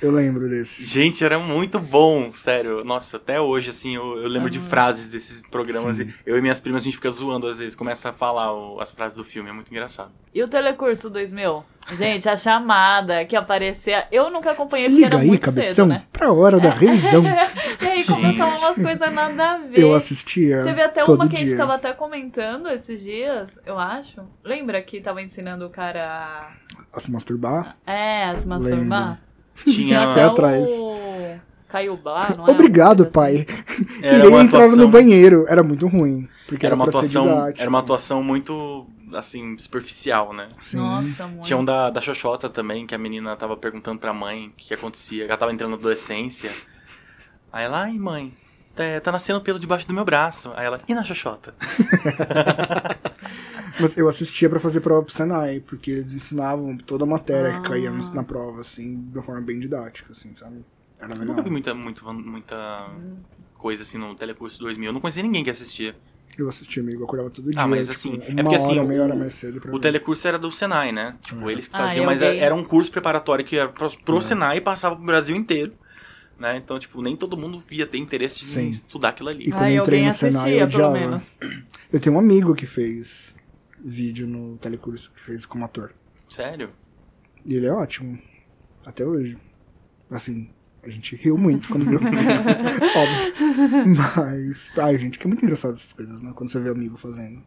S2: Eu lembro desse.
S4: Gente, era muito bom, sério. Nossa, até hoje, assim, eu, eu lembro de frases desses programas. E Eu e minhas primas, a gente fica zoando às vezes, começa a falar o- as frases do filme, é muito engraçado.
S1: E o Telecurso 2000? Gente, a chamada que aparecia. Eu nunca acompanhei
S2: Se
S1: porque era
S2: liga aí,
S1: muito cedo,
S2: cabeção,
S1: né?
S2: pra hora da revisão.
S1: e aí começavam umas coisas nada a ver.
S2: eu assistia.
S1: Teve até
S2: todo
S1: uma que a gente
S2: dia.
S1: tava até comentando esses dias, eu acho. Lembra que tava ensinando o cara
S2: A se masturbar.
S1: a. É, a se masturbar?
S4: Tinha.
S2: Foi
S1: até
S2: atrás.
S1: o. Caiobá, não é?
S2: Obrigado,
S1: Uma coisa assim.
S2: pai.
S4: Era
S2: e ele
S4: uma
S2: entrava
S4: atuação.
S2: no banheiro. Era muito ruim. Porque
S4: Era uma
S2: pra ser
S4: atuação.
S2: didático.
S4: Era uma atuação muito, assim, superficial, né?
S2: Sim.
S1: Nossa, muito.
S4: Tinha um da, da Xoxota também, que a menina tava perguntando pra mãe o que, que acontecia. Ela tava entrando na adolescência. Aí ela, ai mãe, tá, tá nascendo pelo debaixo do meu braço. Aí ela, e na Xoxota?
S2: Mas eu assistia pra fazer prova pro Senai, porque eles ensinavam toda a matéria
S1: Ah.
S2: que caía no- na prova, assim, de uma forma bem didática, assim, sabe? Era
S4: Eu
S2: legal.
S4: nunca vi muita, muito, muita
S2: Hum.
S4: coisa assim no Telecurso 2000. Eu não conhecia ninguém que assistia.
S2: Eu assistia meio, eu acordava todo dia.
S4: Ah, mas
S2: tipo,
S4: assim,
S2: uma
S4: é porque assim,
S2: hora, meia
S4: o-
S2: hora mais cedo pra Uhum.
S4: O
S2: ver.
S4: Telecurso era do Senai, né? Tipo, eles que
S1: Ah,
S4: faziam,
S1: eu
S4: mas
S1: dei.
S4: era um curso preparatório que era pro, pro
S2: Uhum.
S4: Senai e passava pro Brasil inteiro. Né? Então, tipo, nem todo mundo ia ter interesse de
S2: Sim.
S4: estudar aquilo ali.
S2: E- quando
S1: Ai,
S2: eu entrei
S1: alguém
S2: no Senai,
S1: assistia,
S2: eu
S1: pelo
S2: odiava.
S1: menos.
S2: Eu tenho um amigo que fez vídeo no telecurso, que fez como ator.
S4: Sério?
S2: E ele é ótimo. Até hoje. Assim, a gente riu muito quando viu. Óbvio. Mas. Ai, gente, que é muito engraçado essas coisas, né? Quando você vê amigo fazendo.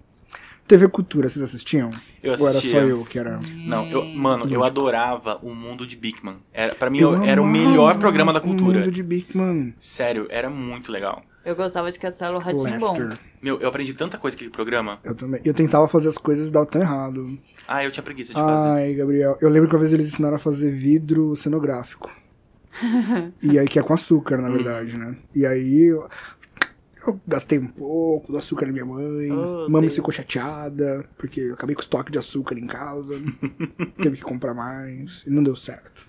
S2: TV Cultura, vocês assistiam?
S4: Eu
S2: Ou era
S4: assistia.
S2: só eu que era.
S4: Não, eu, mano, eu adorava o mundo de Big Man. Era, pra mim,
S2: Eu
S4: era o
S2: amava
S4: melhor programa da
S2: O
S4: cultura.
S2: mundo de Big Man.
S4: Sério, era muito legal.
S1: Eu gostava de Castelo Ratimbom.
S2: Lester.
S4: Meu, eu aprendi tanta coisa com aquele programa.
S2: Eu também. Eu tentava fazer as coisas e dava tão errado.
S4: Ah, eu tinha preguiça de fazer.
S2: Ai, Gabriel. Eu lembro que uma vez eles ensinaram a fazer vidro cenográfico. e aí, que é com açúcar, na verdade, né? E aí, eu, eu gastei um pouco do açúcar da minha mãe.
S1: Oh,
S2: Mami
S1: Deus.
S2: ficou chateada, porque eu acabei com o estoque de açúcar em casa. Teve que comprar mais. E não deu certo.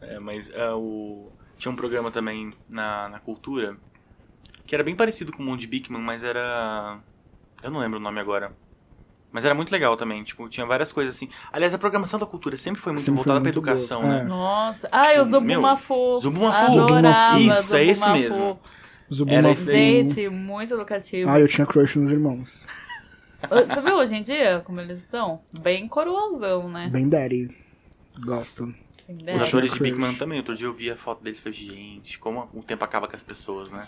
S4: É, mas é, o... tinha um programa também na, na cultura que era bem parecido com o mundo de Big Man, mas era. Eu não lembro o nome agora. Mas era muito legal também, tipo, tinha várias coisas assim. Aliás, a programação da cultura sempre foi muito
S2: Sempre foi
S4: voltada
S2: muito
S4: pra educação,
S2: boa.
S4: né?
S2: É.
S1: Nossa. Ai, o
S4: meu,
S1: Zubumafu.
S4: Zubumafu.
S1: Adorava
S4: Isso, é esse
S1: Zubumafu.
S4: mesmo. Era
S2: Zubuma
S4: isso daí.
S2: Fu.
S1: Gente, muito lucrativo.
S2: é Ah, eu tinha crush nos irmãos.
S1: Você viu hoje em dia como eles estão? Bem coroazão, né?
S2: Bem daddy. Gosto.
S1: Tem
S4: Os
S1: ideia?
S2: Exato.
S4: atores de
S2: Crush.
S4: Big Man também. Outro dia eu vi a foto deles e falei, gente, como o tempo acaba com as pessoas, né?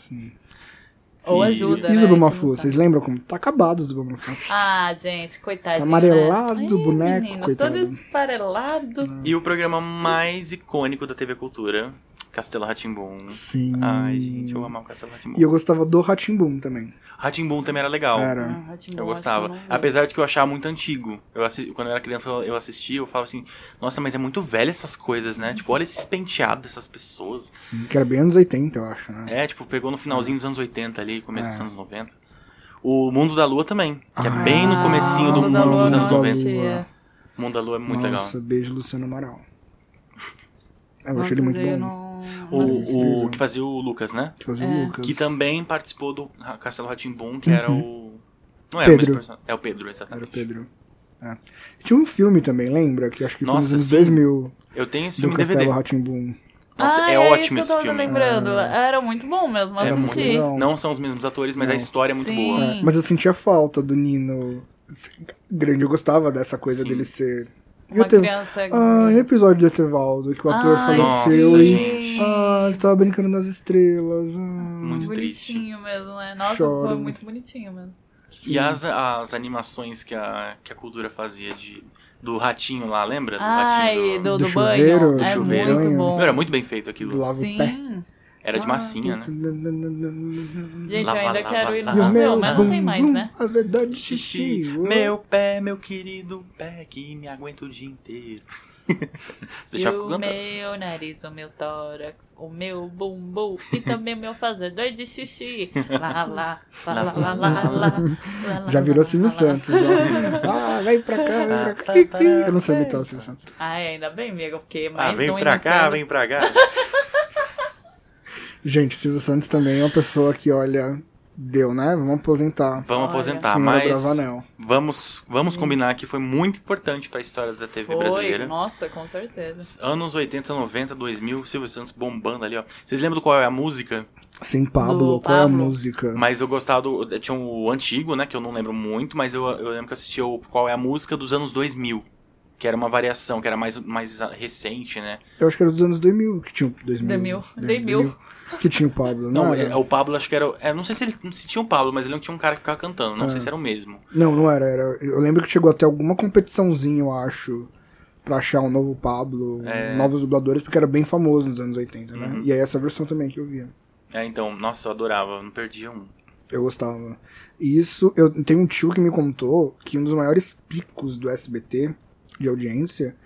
S1: Ou
S4: E-
S1: ajuda,
S2: E
S1: né?
S2: Zubuma
S1: a gente
S2: Fu?
S1: não sabe.
S2: Vocês lembram como? Tá acabado o Zubuma Fu.
S1: Ah, gente, coitadinho.
S2: Tá amarelado
S1: né?
S2: o
S1: Ih,
S2: boneco,
S1: menino,
S2: coitado.
S1: Todo esfarelado.
S4: E o programa mais icônico da TV Cultura, Castelo Ratimbum.
S2: Sim.
S4: Ai, gente, eu amava o Castelo Ratimbum.
S2: E eu gostava do Ratimbum também.
S4: Ratimbum também era legal.
S2: Era.
S1: Ah, Hot Boy,
S4: Eu
S1: acho
S4: gostava.
S1: que eu não vi.
S4: Apesar de que eu achava muito antigo. Eu assi- Quando eu era criança, eu eu assistia, eu falava assim, nossa, mas é muito velho essas coisas, né? Tipo, olha esses penteados dessas pessoas.
S2: Sim, que era bem anos 80, eu acho, né?
S4: É, tipo, pegou no finalzinho dos anos 80 ali, começo dos anos 90. O Mundo da Lua também, que é
S2: É. Ah,
S4: bem no comecinho do
S2: Mundo da
S4: mundo
S2: Lua,
S4: dos anos
S1: né?
S2: nossa.
S4: 90.
S1: Nossa,
S4: O Mundo da Lua é muito
S2: Nossa,
S4: legal.
S2: beijo, Luciano Amaral. Eu achei ele muito
S1: eu
S2: bom.
S1: não- não assisti.
S4: O,
S2: Nossa.
S4: o que fazia o Lucas, né?
S2: Que fazia
S1: É.
S2: o Lucas. Uhum.
S4: Que também participou do Ra- Castelo Ratimbum, que era o. Não era
S2: Pedro.
S4: o mesmo personagem. É o Pedro, exatamente.
S2: Era o Pedro. É. Tinha um filme também, lembra? Que acho que foi nos
S4: Nossa,
S2: anos
S4: sim.
S2: 2000.
S4: Eu tenho esse
S2: Do
S4: filme em
S2: Castelo
S4: DVD.
S2: Ratimbum.
S4: Nossa,
S1: Ah,
S4: é, ótimo
S1: isso que
S4: esse
S1: eu tava
S4: filme.
S1: lembrando. Era muito bom mesmo,
S4: Era muito
S1: assisti.
S2: É. legal. Não.
S4: Não são os mesmos atores, mas a
S2: Não.
S4: história é muito
S1: Sim.
S4: boa.
S2: É, mas eu sentia falta do Nino Assim, grande. Eu gostava dessa coisa
S4: Sim.
S2: dele ser. E
S1: Uma
S2: o Te-
S1: criança... Ah,
S2: Ah, e o episódio do Etevaldo, que o ator
S1: Ai,
S2: faleceu
S4: Nossa,
S2: e.
S4: gente.
S2: Ah, ele tava brincando nas estrelas. ah.
S4: Muito triste.
S1: É. Bonitinho mesmo, né? Nossa,
S2: Choro.
S1: foi muito bonitinho mesmo.
S4: E as, as animações que a, que a cultura fazia de, do ratinho lá, lembra? Do
S1: Ai,
S4: ratinho
S1: do,
S2: Do
S1: do banho.
S2: chuveiro,
S1: é
S4: do chuveiro.
S1: muito bom.
S4: Meu, era muito bem feito
S2: Do
S4: aquilo.
S2: lava o pé.
S1: Sim.
S4: Era de
S2: Ah,
S4: massinha, né?
S1: Gente,
S4: Lá,
S1: eu ainda
S4: lá,
S1: quero
S4: lá,
S1: ir no
S4: lá,
S2: E o
S4: lá.
S1: museu,
S2: meu
S1: mas Ah, não tem
S2: bumbum
S1: mais, né?
S2: azedado de xixi.
S4: Xixi, meu pé, meu querido pé, que me aguenta o dia inteiro. Você
S1: E
S4: deixava eu
S1: o
S4: cantar.
S1: meu nariz, o meu tórax, o meu bumbum e também o meu fazedor de xixi. Lá, lá, lá, lá, lá, lá, lá, lá,
S2: Já
S1: lá,
S2: virou
S1: lá,
S2: Silvio
S1: lá, lá.
S2: Santos. ó. Ah, vem pra cá, vem pra
S4: Ah, tá,
S2: cá. Ih, ih. Eu não sei imitar o Silvio Santos.
S1: Ai, ainda bem, amiga, porque
S4: Ah,
S1: mais
S4: vem
S1: um
S4: pra cá,
S1: imitando.
S4: vem pra cá.
S2: Gente, Silvio Santos também é uma pessoa que, olha, deu, né? Vamos aposentar.
S4: Vamos
S1: Olha.
S4: aposentar,
S2: Senhora
S4: Tá, mas
S2: Bravanel.
S4: vamos, vamos combinar que foi muito importante pra história da TV
S1: Foi,
S4: brasileira.
S1: nossa, com certeza.
S4: Anos 80, 90, 2000, Silvio Santos bombando ali, ó. Vocês lembram qual é a música?
S2: Sim, Pablo,
S1: Do
S2: qual é a
S1: Pablo.
S2: música?
S4: Mas eu gostava do. eh, Tinha o antigo, né? Que eu não lembro muito, mas eu, eu lembro que eu assistia o Qual é a Música dos anos 2000. Que era uma variação, que era mais, mais recente, né?
S2: Eu acho que era dos anos 2000 que tinha o 2000.
S1: 2000,
S2: né?
S1: 2000.
S2: Que tinha o Pablo, não,
S4: Não,
S2: era?
S4: é, o Pablo, acho que era. é, não sei se ele se tinha o Pablo, mas ele não tinha um cara que ficava cantando. Não
S2: É.
S4: sei se era o mesmo.
S2: Não, não era, era. Eu lembro que chegou até alguma competiçãozinha, eu acho, pra achar um novo Pablo,
S4: É.
S2: novos dubladores, porque era bem famoso nos anos 80, né?
S4: Uhum.
S2: E aí essa versão também que eu via.
S4: É, então, nossa, eu adorava, eu não perdia um.
S2: Eu gostava. E isso, eu tenho um tio que me contou que um dos maiores picos do SBT de audiência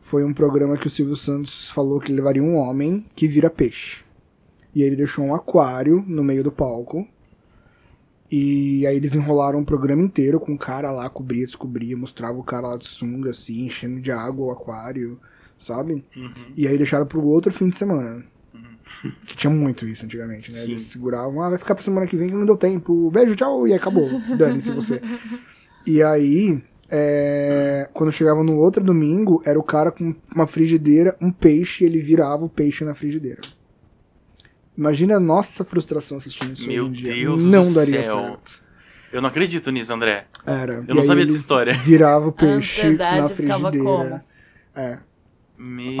S2: foi um programa que o Silvio Santos falou que levaria um homem que vira peixe. E aí ele deixou um aquário no meio do palco. E aí eles enrolaram o programa inteiro com o cara lá, cobria, descobria, mostrava o cara lá de sunga, assim, enchendo de água o aquário, sabe? E aí deixaram pro outro fim de semana. Que tinha muito isso antigamente, né?
S4: Sim.
S2: Eles seguravam, ah, vai ficar pra semana que vem que não deu tempo. Beijo, tchau, e acabou. Dane-se você. E aí, é, quando chegava no outro domingo, era o cara com uma frigideira, um peixe, e ele virava o peixe na frigideira. Imagina a nossa frustração assistindo isso
S4: Meu
S2: hoje em dia.
S4: Deus
S2: não
S4: do
S2: daria
S4: céu.
S2: certo.
S4: Eu não acredito nisso, André.
S2: Era.
S4: Eu não sabia dessa história.
S2: Virava o peixe na
S1: ansiedade ficava
S2: frigideira.
S1: como?
S2: É.
S4: Meu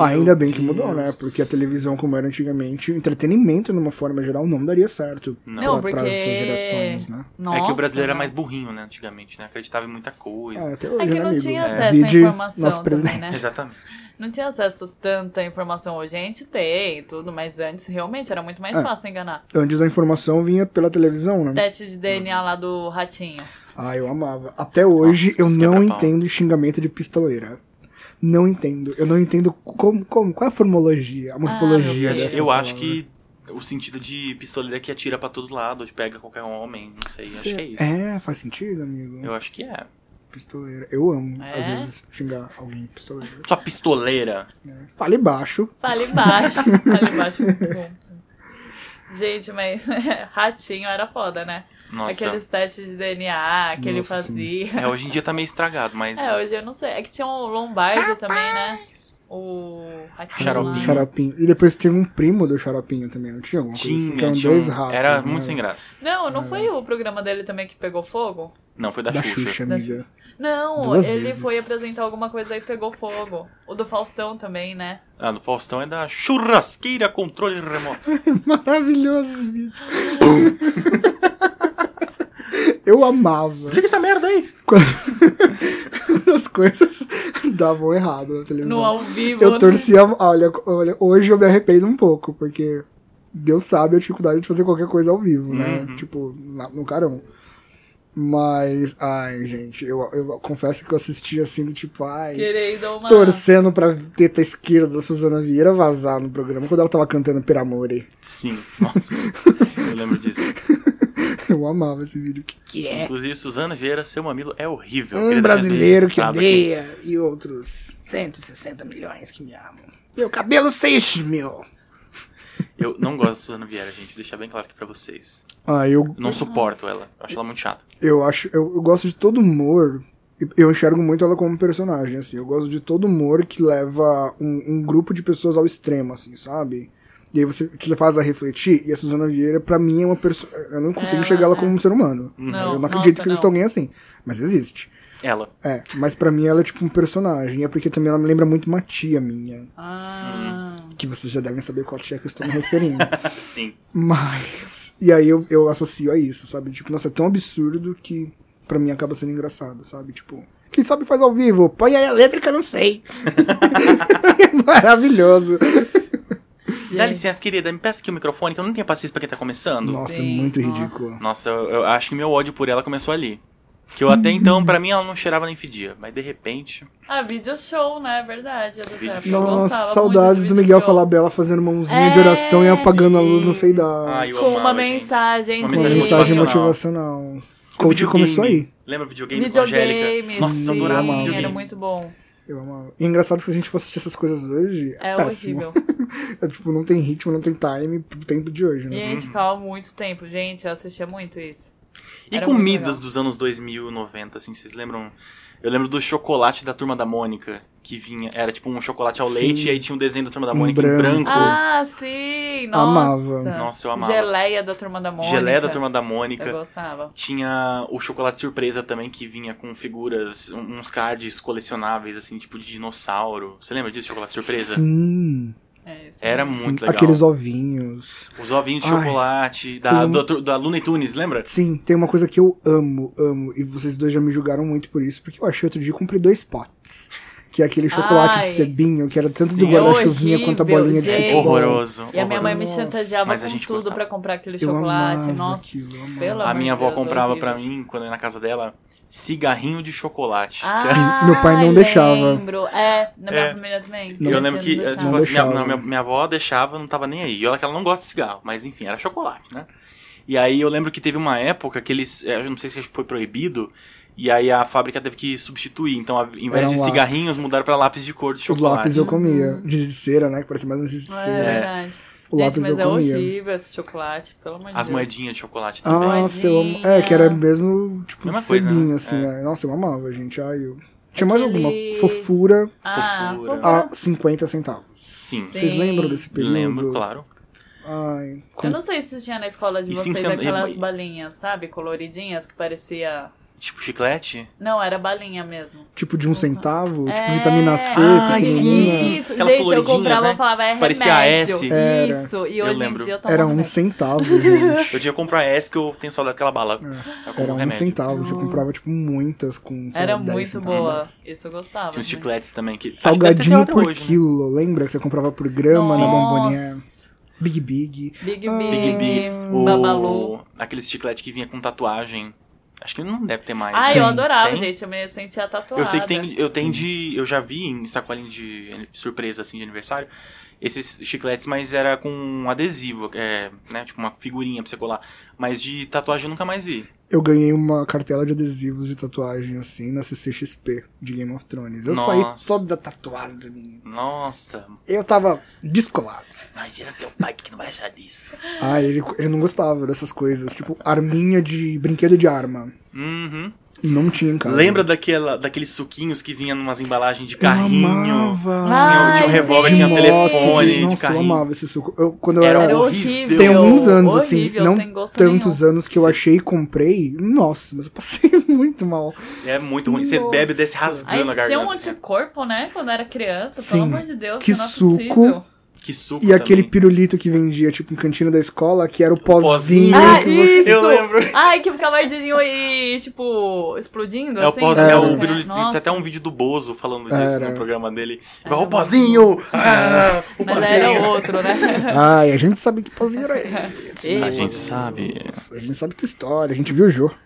S2: Ainda bem que
S4: Deus.
S2: mudou, né? Porque a televisão, como era antigamente, o entretenimento, numa forma geral, não daria certo.
S4: Não.
S1: Não,
S2: pra,
S1: porque...
S2: pra essas gerações, né?
S4: é que
S1: Nossa,
S4: o brasileiro
S1: né?
S4: era mais burrinho, né? Antigamente, né? Acreditava em muita coisa.
S2: É, até hoje,
S1: É que
S2: né,
S1: não
S2: amigo?
S1: tinha
S2: É.
S1: acesso à
S2: Vide
S1: informação
S2: nosso
S1: também,
S2: presidente.
S1: né?
S4: Exatamente.
S1: Não tinha acesso tanto à informação hoje. A gente tem e tudo, mas antes realmente era muito mais
S2: É.
S1: fácil enganar.
S2: Antes a informação vinha pela televisão, né?
S1: Teste de DNA lá do ratinho.
S2: Ah, eu amava. Até hoje
S4: Nossa,
S2: eu
S4: os
S2: não
S4: quebra-pau.
S2: entendo xingamento de pistoleira. Não entendo. Eu não entendo como, como qual é a formologia, a morfologia
S1: meu Deus.
S2: dessa
S4: Ah, Eu acho
S2: palavra.
S1: né?
S4: que o sentido de pistoleira é que atira pra todo lado, de pega qualquer homem, não sei, acho que é isso.
S2: É, faz sentido, amigo.
S4: Eu acho que é.
S2: Pistoleira. Eu amo,
S1: É?
S2: às vezes, xingar alguém de pistoleira.
S4: Só pistoleira.
S2: né? Fale baixo.
S1: Fale baixo. Fale baixo. muito bom. Gente, mas ratinho era foda, né?
S4: Nossa.
S1: aqueles testes de DNA que ele
S2: Nossa, sim.
S1: fazia.
S4: É, hoje em dia tá meio estragado, mas.
S1: É, hoje eu não sei. É que tinha o Lombardi também, né? O ratinho
S4: Xaropinho.
S1: lá.
S2: Xaropinho. E depois teve um primo do Xaropinho também, não tinha alguma coisa? assim?
S4: tinha,
S2: que eram
S4: tinha
S2: dois
S4: um-
S2: ratos.
S4: Era
S2: né?
S4: muito sem graça.
S1: Não,
S2: Ah,
S1: não foi
S2: é.
S1: o programa dele também que pegou fogo?
S4: Não, foi da,
S2: Da
S4: Xuxa.
S2: Xuxa,
S1: Da
S2: amiga.
S1: Não,
S2: Duas
S1: ele
S2: vezes.
S1: foi apresentar alguma coisa e pegou fogo. O do Faustão também, né?
S4: Ah, no Faustão é da churrasqueira controle remoto.
S2: Maravilhoso esse vídeo. Eu amava
S4: Desliga essa merda aí!
S2: quando as coisas davam errado na televisão.
S1: No ao vivo. né?
S2: Eu torcia. Olha, olha, hoje eu me arrependo um pouco, porque Deus sabe a dificuldade de fazer qualquer coisa ao vivo, né? Tipo, na- no carão. Mas, ai, gente, eu, eu confesso que eu assisti assim, do tipo, ai.
S1: Querendo uma...
S2: Torcendo pra teta esquerda da Suzana Vieira vazar no programa quando ela tava cantando Peramore.
S4: Sim, nossa. eu lembro disso.
S2: Eu amava esse vídeo. Que
S4: Inclusive, Suzana Vieira, seu mamilo é horrível.
S2: Um
S4: Queria defender
S2: brasileiro
S4: esse
S2: que
S4: estado
S2: odeia e outros 160 milhões que me amam. Meu cabelo 6 mil.
S4: aqui. Eu não gosto da Suzana Vieira, gente. Vou deixar bem claro aqui pra vocês.
S2: Ah, eu,
S4: Eu
S1: Uhum.
S4: não suporto ela. Eu acho ela muito chata.
S2: eu acho. Eu, eu gosto de todo humor. e Eu enxergo muito ela como personagem, assim. Eu gosto de todo humor que leva um, um grupo de pessoas ao extremo, assim, sabe? E aí você te faz a refletir. E a Suzana Vieira, pra mim, é uma pessoa. Eu não consigo
S1: Ela
S2: enxergar ela
S1: é.
S2: como um ser humano.
S1: Não,
S2: eu não acredito
S1: nossa,
S2: que exista
S1: não.
S2: alguém assim. Mas existe.
S4: Ela.
S2: É, mas pra mim ela é tipo um personagem. É porque também ela me lembra muito uma tia minha.
S1: Ah,
S4: Hum.
S2: Que vocês já devem saber qual tia que eu estou me referindo.
S4: Sim.
S2: Mas. E aí eu, eu associo a isso, sabe? Tipo, nossa, é tão absurdo que pra mim acaba sendo engraçado, sabe? Tipo, quem sabe faz ao vivo, põe aí a letra que eu não sei. Maravilhoso.
S4: Dá licença, querida. Me peça aqui o microfone, que eu não tenho paciência pra quem tá começando.
S2: Nossa, é
S1: Sim,
S2: muito
S1: nossa.
S2: ridículo.
S4: Nossa, eu, eu acho que meu ódio por ela começou ali. Que eu até
S1: Uhum.
S4: então, pra mim, ela não cheirava nem fedia. Mas de repente.
S1: ah, vídeo show, né? É verdade. é dessa
S4: Vídeo
S1: época. Eu
S4: show.
S1: gostava
S2: Nossa,
S1: muito
S2: saudades do
S1: vídeo
S2: Miguel
S1: show.
S2: Falabella fazendo mãozinha de
S1: É,
S2: oração e apagando a luz no
S1: sim.
S2: fade out.
S4: Ai, eu
S1: Ah. Com uma
S4: amava, gente.
S1: mensagem
S4: Uma
S1: de-
S2: Com uma
S4: mensagem
S2: mensagem
S4: motivacional.
S2: motivacional. Coach começou aí.
S4: Lembra videogame,
S1: Videogame,
S4: com a Angélica? Nossa, eu
S1: sim,
S4: adorava
S2: amava.
S4: videogame.
S1: Era muito bom.
S2: Eu amava. E é engraçado que se a gente for assistir essas coisas hoje, é,
S1: É
S2: péssimo.
S1: horrível.
S2: É, tipo, não tem ritmo, não tem time pro tempo de hoje,
S1: E
S2: né?
S1: a
S4: Uhum.
S1: gente ficava muito tempo. Gente, eu assistia muito isso.
S4: E
S1: Era muito
S4: comidas
S1: legal.
S4: dos anos 2090, assim, vocês lembram? Eu lembro do chocolate da Turma da Mônica, que vinha, era tipo um chocolate ao
S2: Sim.
S4: leite, e aí tinha um desenho da Turma da
S2: Um
S4: Mônica
S2: branco.
S4: em branco.
S1: Ah, sim! Nossa!
S2: Amava.
S4: Nossa, eu amava.
S1: Geleia da Turma da Mônica.
S4: Gelé da Turma da
S1: Eu
S4: Mônica.
S1: gostava.
S4: Tinha o chocolate surpresa também, que vinha com figuras, um- uns cards colecionáveis, assim, tipo de dinossauro. Você lembra disso, chocolate surpresa?
S2: Sim.
S1: É isso.
S4: Era muito legal.
S2: Aqueles ovinhos.
S4: Os ovinhos de
S2: Ai,
S4: chocolate, da,
S2: tem um-
S4: da, tur- da Looney Tunes, lembra?
S2: Sim, tem uma coisa que eu amo, amo. E vocês dois já me julgaram muito por isso, porque eu achei outro dia eu comprei dois potes. Que é aquele chocolate
S1: Ai. é
S2: de sebinho, que era tanto do
S4: Sim.
S2: guarda-chuvinha quanto a
S1: Horrível,
S2: bolinha de
S1: gente.
S2: futebol.
S4: Horroroso.
S1: E a minha mãe me
S2: Nossa.
S1: chantageava
S4: Mas a
S1: com
S4: gente
S1: tudo
S4: gostava.
S1: pra comprar aquele
S2: Eu
S1: chocolate.
S2: amava
S1: Nossa,
S2: aquilo, eu amava.
S1: pelo amor
S4: A
S1: de
S4: minha avó
S1: Deus, é
S4: comprava
S1: horrível.
S4: pra mim, quando eu ia na casa dela, cigarrinho de chocolate.
S1: Ah,
S2: Meu pai não deixava.
S1: lembro. É, na minha
S4: É.
S1: família também.
S4: eu lembro que,
S1: Não
S4: eh, tipo
S1: deixava.
S4: assim, minha,
S2: deixava.
S4: não, minha, minha avó deixava, não tava nem aí. E olha que ela não gosta de cigarro, mas enfim, era chocolate, né? E aí eu lembro que teve uma época que eles, eh, eu não sei se foi proibido, e aí a fábrica teve que substituir. Então, a- em vez
S2: Era
S4: de
S2: um lápis.
S4: cigarrinhos, mudaram pra lápis de cor de
S2: Os
S4: chocolate.
S2: lápis eu comia. Giz de cera, né? Que parece mais um giz
S4: assim,
S2: de
S1: Uhum. É,
S2: cera.
S1: verdade.
S2: O
S1: Gente,
S2: lápis
S1: mas
S2: eu
S1: é
S2: comia.
S1: horrível esse chocolate, pelo amor de
S4: As
S1: Deus.
S4: moedinhas de chocolate também.
S2: Ah,
S1: Moedinha.
S2: eu am... É, que era mesmo, tipo,
S4: Mesma
S2: de
S4: coisa,
S2: sebinho,
S4: né?
S2: assim. é. Nossa, eu amava, gente. Ai, eu... Tinha mais alguma
S1: Aqueles-
S2: fofura
S1: Ah,
S4: Fofura.
S1: fofura.
S2: a 50 centavos.
S4: Sim.
S1: Sim.
S2: Vocês lembram desse período?
S4: Lembro, claro.
S2: Ai,
S1: Eu
S2: quando-
S1: não sei se tinha na escola de
S4: E
S1: vocês
S4: Simpson-
S1: aquelas
S4: e-
S1: balinhas, sabe? Coloridinhas que parecia...
S4: Tipo chiclete.
S1: Não, era balinha mesmo.
S2: tipo de um centavo, tipo
S1: É.
S2: vitamina C,
S4: Ai,
S2: pequenininha.
S4: sim.
S1: Isso,
S4: Aquelas
S1: gente, eu
S4: coloridinhas,
S1: comprava
S4: né?
S1: e falava, é
S4: Parecia
S1: remédio.
S4: AS.
S2: Era.
S1: Isso, e
S4: Eu
S1: hoje em
S4: lembro.
S1: dia eu tomo
S2: Era um
S1: remédio.
S2: centavo, gente.
S4: Eu tinha comprar S que eu tenho saudade daquela bala. Eu compro
S2: Era um
S4: remédio.
S2: centavo. Você comprava, tipo, muitas com. sei
S1: Era
S2: lá, 10
S1: muito
S2: centavos.
S1: boa. Isso eu gostava.
S4: Tinha uns
S1: muito.
S4: chicletes também. Que... acho que deve ter
S2: Salgadinho
S4: até
S2: por
S4: hoje, né?
S2: quilo, lembra? Que você comprava por grama na bombonier.
S1: Nossa.
S2: Big Big.
S1: Big
S2: Ah.
S4: assim. Big Big,
S1: Big,
S4: o...
S1: É, Babalu.
S4: aquele chiclete que vinha com tatuagem. Acho que não deve ter mais.
S1: Ah,
S4: né?
S1: eu adorava,
S4: Tem?
S1: gente. Eu me sentia tatuada.
S4: Eu sei que tem, eu tenho de, eu já vi em sacolinho de surpresa assim de aniversário esses chicletes, mas era com um adesivo, é, né? Tipo uma figurinha pra você colar. Mas de tatuagem eu nunca mais vi.
S2: Eu ganhei uma cartela de adesivos de tatuagem, assim, na CCXP de Game of Thrones. Eu
S4: Nossa.
S2: saí toda tatuada, menino.
S4: Nossa,
S2: Eu tava descolado.
S4: imagina teu pai que não vai achar disso.
S2: Ah, ele, ele não gostava dessas coisas. Tipo, arminha de brinquedo de arma.
S4: Uhum.
S2: Não tinha em casa.
S4: Lembra daquela, daqueles suquinhos que vinha numas embalagens de
S2: Eu
S4: carrinho?
S2: amava.
S1: Tinha- tinha um Ai, revólver,
S2: De
S1: tinha
S2: moto,
S4: telefone, de
S2: Nossa,
S4: carrinho.
S2: eu amava esse suco. Eu, quando eu
S4: Era
S2: era...
S1: Era
S4: horrível.
S1: horrível.
S2: Tem alguns anos,
S1: horrível,
S2: assim, não
S1: sem gosto
S2: tantos
S1: nenhum.
S2: anos que eu achei e comprei. Nossa, mas eu passei muito mal.
S4: É muito ruim. Você
S2: Nossa.
S4: bebe desse rasgando a
S1: Aí tinha um
S4: garganta. assim.
S1: anticorpo, né? Quando era criança,
S2: Sim.
S1: pelo amor de Deus,
S2: Que
S1: não é
S2: suco.
S1: possível.
S4: assim. Que suco
S2: E aquele
S4: também.
S2: pirulito que vendia, tipo, em cantina da escola, que era o
S4: pozinho.
S2: pozinho.
S1: Ah,
S2: que você-
S1: isso!
S4: Eu lembro.
S1: Ai, que ficava ardidinho aí, tipo, explodindo,
S4: É o
S1: assim.
S4: pós,
S1: né?
S4: é o pirulito.
S1: Nossa.
S4: Tem até um vídeo do Bozo falando disso
S2: Era.
S4: no programa dele. o pozinho! Ah, o
S1: Mas era
S4: pozinho!
S1: outro, né?
S2: Ai, a gente sabe que pozinho era esse.
S1: Ei,
S4: A
S2: né?
S4: gente sabe.
S2: A gente sabe que história, a gente viu o jogo.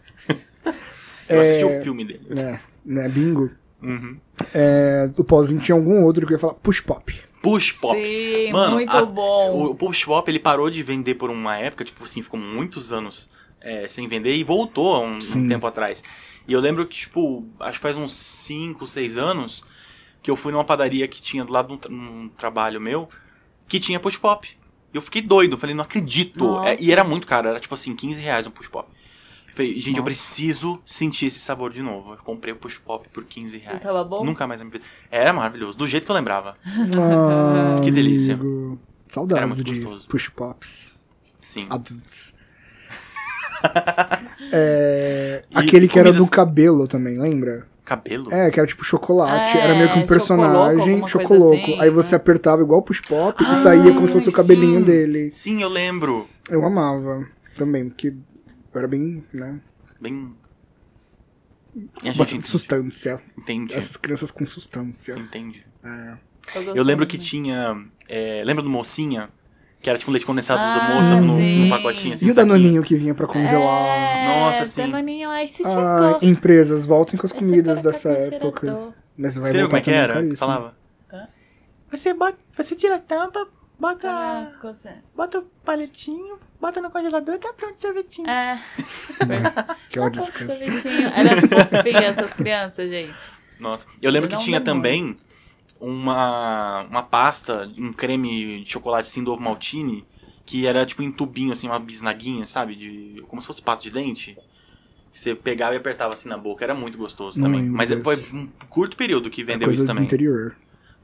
S4: Eu assisti o filme dele.
S2: Né, né, bingo.
S4: Uhum.
S2: É, o pozinho tinha algum outro que eu ia falar push pop.
S4: Push Pop.
S1: Sim,
S4: Mano,
S1: muito
S4: a-
S1: bom.
S4: O Push Pop ele parou de vender por uma época, tipo assim, ficou muitos anos é, sem vender e voltou há um, um
S2: Sim.
S4: tempo atrás. E eu lembro que, tipo, acho que faz uns 5, 6 anos que eu fui numa padaria que tinha do lado de um, tra- um trabalho meu que tinha Push Pop. E eu fiquei doido, eu falei, não acredito.
S1: Nossa.
S4: É, e era muito caro, era tipo assim, 15 reais um Push Pop. Eu Falei, gente, eu
S2: Nossa.
S4: preciso sentir esse sabor de novo. Eu comprei o Push Pop por 15 reais.
S1: tava bom?
S4: Nunca mais na minha vida. Era maravilhoso, do jeito que eu lembrava.
S2: Ah,
S4: Que delícia.
S2: amigo.
S4: Era
S2: Saudades
S4: muito
S2: de
S4: gostoso.
S2: push pops
S4: Sim.
S2: adultos. É,
S4: E
S2: aquele que era
S4: comidas-
S2: do cabelo também, lembra?
S4: Cabelo?
S2: É, que era tipo chocolate,
S1: É,
S2: era meio que um
S1: chocoloco,
S2: personagem
S1: alguma coisa
S2: chocoloco.
S1: assim, né?
S2: Aí você apertava igual push pop
S4: Ah,
S2: e saía como se fosse o cabelinho
S4: sim.
S2: dele.
S4: Sim, eu lembro.
S2: Eu amava também, porque eu era bem, né?
S4: Bem. E a gente
S2: Bastante
S4: entende.
S2: sustância.
S4: Entende.
S2: Essas crianças com sustância.
S4: entende.
S2: É.
S4: Eu
S1: gostava
S4: lembro que
S1: também.
S4: tinha. é, lembra do mocinha? Que era tipo um leite condensado
S1: Ah,
S4: do moça num, num
S1: sim.
S4: pacotinho assim.
S2: E
S4: um
S2: o
S4: saquinho.
S2: danoninho que vinha pra congelar.
S1: É,
S4: Nossa, sim.
S1: Danoninho, ai, se
S2: Ah,
S1: chegou.
S2: empresas, voltem com as
S1: Esse
S2: comidas
S1: cara
S2: dessa
S1: tá com
S2: época.
S1: cheirador.
S2: Mas vai
S4: Você lembra como
S2: voltar
S4: é que
S2: também né?
S4: era?
S2: caríssimo.
S4: Falava.
S1: Hã?
S4: Você, bota, você tira a tampa, bota.
S1: Caraca, você-
S4: Bota o paletinho, bota no congelador e tá pronto o sorvetinho.
S1: É.
S2: Que é ódio
S1: Nossa,
S2: dessa criança.
S1: sorvetinho. Era fofinha essas crianças, gente.
S4: Nossa, eu lembro
S1: Eu
S4: que
S1: não
S4: tinha
S1: lembro.
S4: também uma, uma pasta, um creme de chocolate assim do ovo maltine, que era tipo em tubinho, assim, uma bisnaguinha, sabe? De, como se fosse pasta de dente. Que Você pegava e apertava assim na boca, era muito gostoso
S2: Não
S4: também.
S2: lembro
S4: Mas
S2: desse. É
S4: foi um curto período que vendeu
S2: Coisa
S4: isso
S2: do
S4: também.
S2: interior.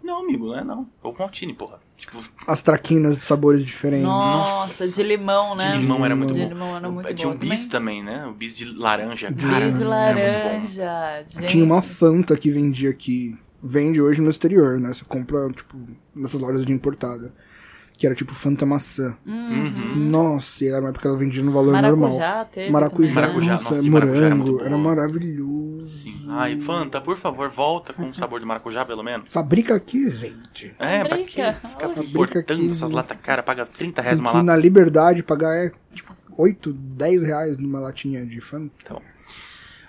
S4: Não, amigo, não é não. Ovo maltine, porra. Tipo,
S2: As traquinas de sabores diferentes.
S1: Nossa, de limão, né?
S4: de limão era muito
S1: de
S4: bom.
S1: limão era muito
S4: Tinha
S1: bom
S4: um bis também, né? O bis de laranja,
S2: né?
S4: cara. né?
S1: Beijo
S4: Era muito bom.
S1: laranja. Gente.
S2: Tinha uma Fanta que vendia aqui. Vende hoje no exterior, né? Você compra, tipo, nessas lojas de importada. Que era tipo Fanta Maçã.
S1: Uhum.
S2: Nossa, e era uma época que ela vendia no valor normal.
S1: Maracujá teve
S2: Maracujá,
S1: também, né?
S4: Hum. Maracujá,
S2: nossa,
S4: nossa, de
S2: morango,
S4: maracujá era muito bom.
S2: era maravilhoso.
S4: Sim. Ai, Fanta, por favor, volta com o sabor de maracujá, pelo menos.
S2: Fabrica aqui, gente.
S4: É, pra quê?
S1: Fabrica.
S4: Ficar
S2: Fabrica
S4: importando
S2: aqui.
S4: essas latas cara, paga 30
S2: Tem
S4: reais uma
S2: que ir
S4: lata.
S2: na liberdade pagar é, tipo, 8, 10 reais numa latinha de Fanta.